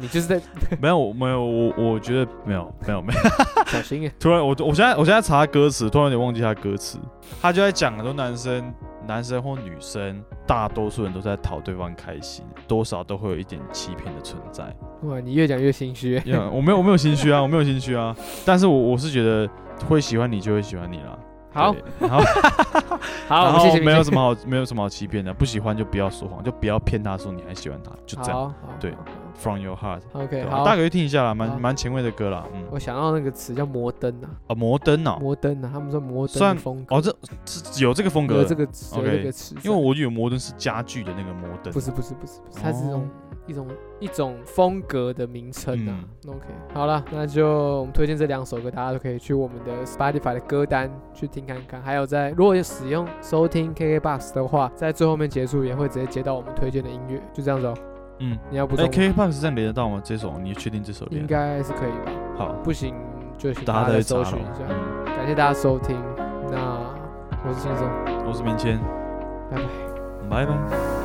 [SPEAKER 2] 你就是在
[SPEAKER 1] 没有没有，我我觉得没有没有没有，
[SPEAKER 2] 小心耶，
[SPEAKER 1] 突然我我现在我现在查歌词，突然有点忘记他歌词，他就在讲很多男生男生或女生，大多数人都在讨对方开心，多少都会有一点欺骗的存在。
[SPEAKER 2] 哇，你越讲越心虚耶，
[SPEAKER 1] 因为我没有我没有心虚啊，我没有心虚啊，但是我我是觉得会喜欢你就会喜欢你啦。
[SPEAKER 2] 好
[SPEAKER 1] 对， 然后
[SPEAKER 2] 好，我
[SPEAKER 1] 然
[SPEAKER 2] 们谢谢
[SPEAKER 1] 后
[SPEAKER 2] 明
[SPEAKER 1] 没有
[SPEAKER 2] 轩
[SPEAKER 1] 什么好没有什么好欺骗的，不喜欢就不要说谎，就不要骗他说你还喜欢他，就这样。
[SPEAKER 2] 好，好
[SPEAKER 1] 对
[SPEAKER 2] 好好
[SPEAKER 1] ，From your heart。
[SPEAKER 2] ，OK，
[SPEAKER 1] 对啊
[SPEAKER 2] 好
[SPEAKER 1] 大，家可以听一下啦，
[SPEAKER 2] 好
[SPEAKER 1] 蛮蛮前卫的歌啦，嗯，
[SPEAKER 2] 我想到那个词叫摩登啊，
[SPEAKER 1] 啊，摩登哦，
[SPEAKER 2] 摩登啊，他们说摩登
[SPEAKER 1] 算
[SPEAKER 2] 的风格，
[SPEAKER 1] 哦，这是有这个风格
[SPEAKER 2] 有
[SPEAKER 1] 的，
[SPEAKER 2] 这个词，有
[SPEAKER 1] OK，
[SPEAKER 2] 这个词，
[SPEAKER 1] 因为我以为摩登是家具的那个摩登
[SPEAKER 2] 不，是不是不是不是，它是一种
[SPEAKER 1] 哦
[SPEAKER 2] 一种一种风格的名称啊。
[SPEAKER 1] 嗯
[SPEAKER 2] OK，好了，那就我们推荐这两首歌，大家都可以去我们的 Spotify 的歌单去听看看。还有在如果有使用收听 KKBox 的话，在最后面结束也会直接接到我们推荐的音乐，就这样子哦。
[SPEAKER 1] 嗯，
[SPEAKER 2] 你要不
[SPEAKER 1] 哎
[SPEAKER 2] 充吗
[SPEAKER 1] ，KKBox 这样连得到吗？这首你确定这首连
[SPEAKER 2] 应
[SPEAKER 1] 得
[SPEAKER 2] 该是可以吧？
[SPEAKER 1] 好，
[SPEAKER 2] 不行就请
[SPEAKER 1] 大
[SPEAKER 2] 大
[SPEAKER 1] 家
[SPEAKER 2] 家
[SPEAKER 1] 再
[SPEAKER 2] 再
[SPEAKER 1] 去查
[SPEAKER 2] 搜
[SPEAKER 1] 咯
[SPEAKER 2] 寻一下。
[SPEAKER 1] 嗯
[SPEAKER 2] 感谢大家收听，那我是轻松，
[SPEAKER 1] 嗯我是明谦，
[SPEAKER 2] 拜拜。
[SPEAKER 1] 拜拜。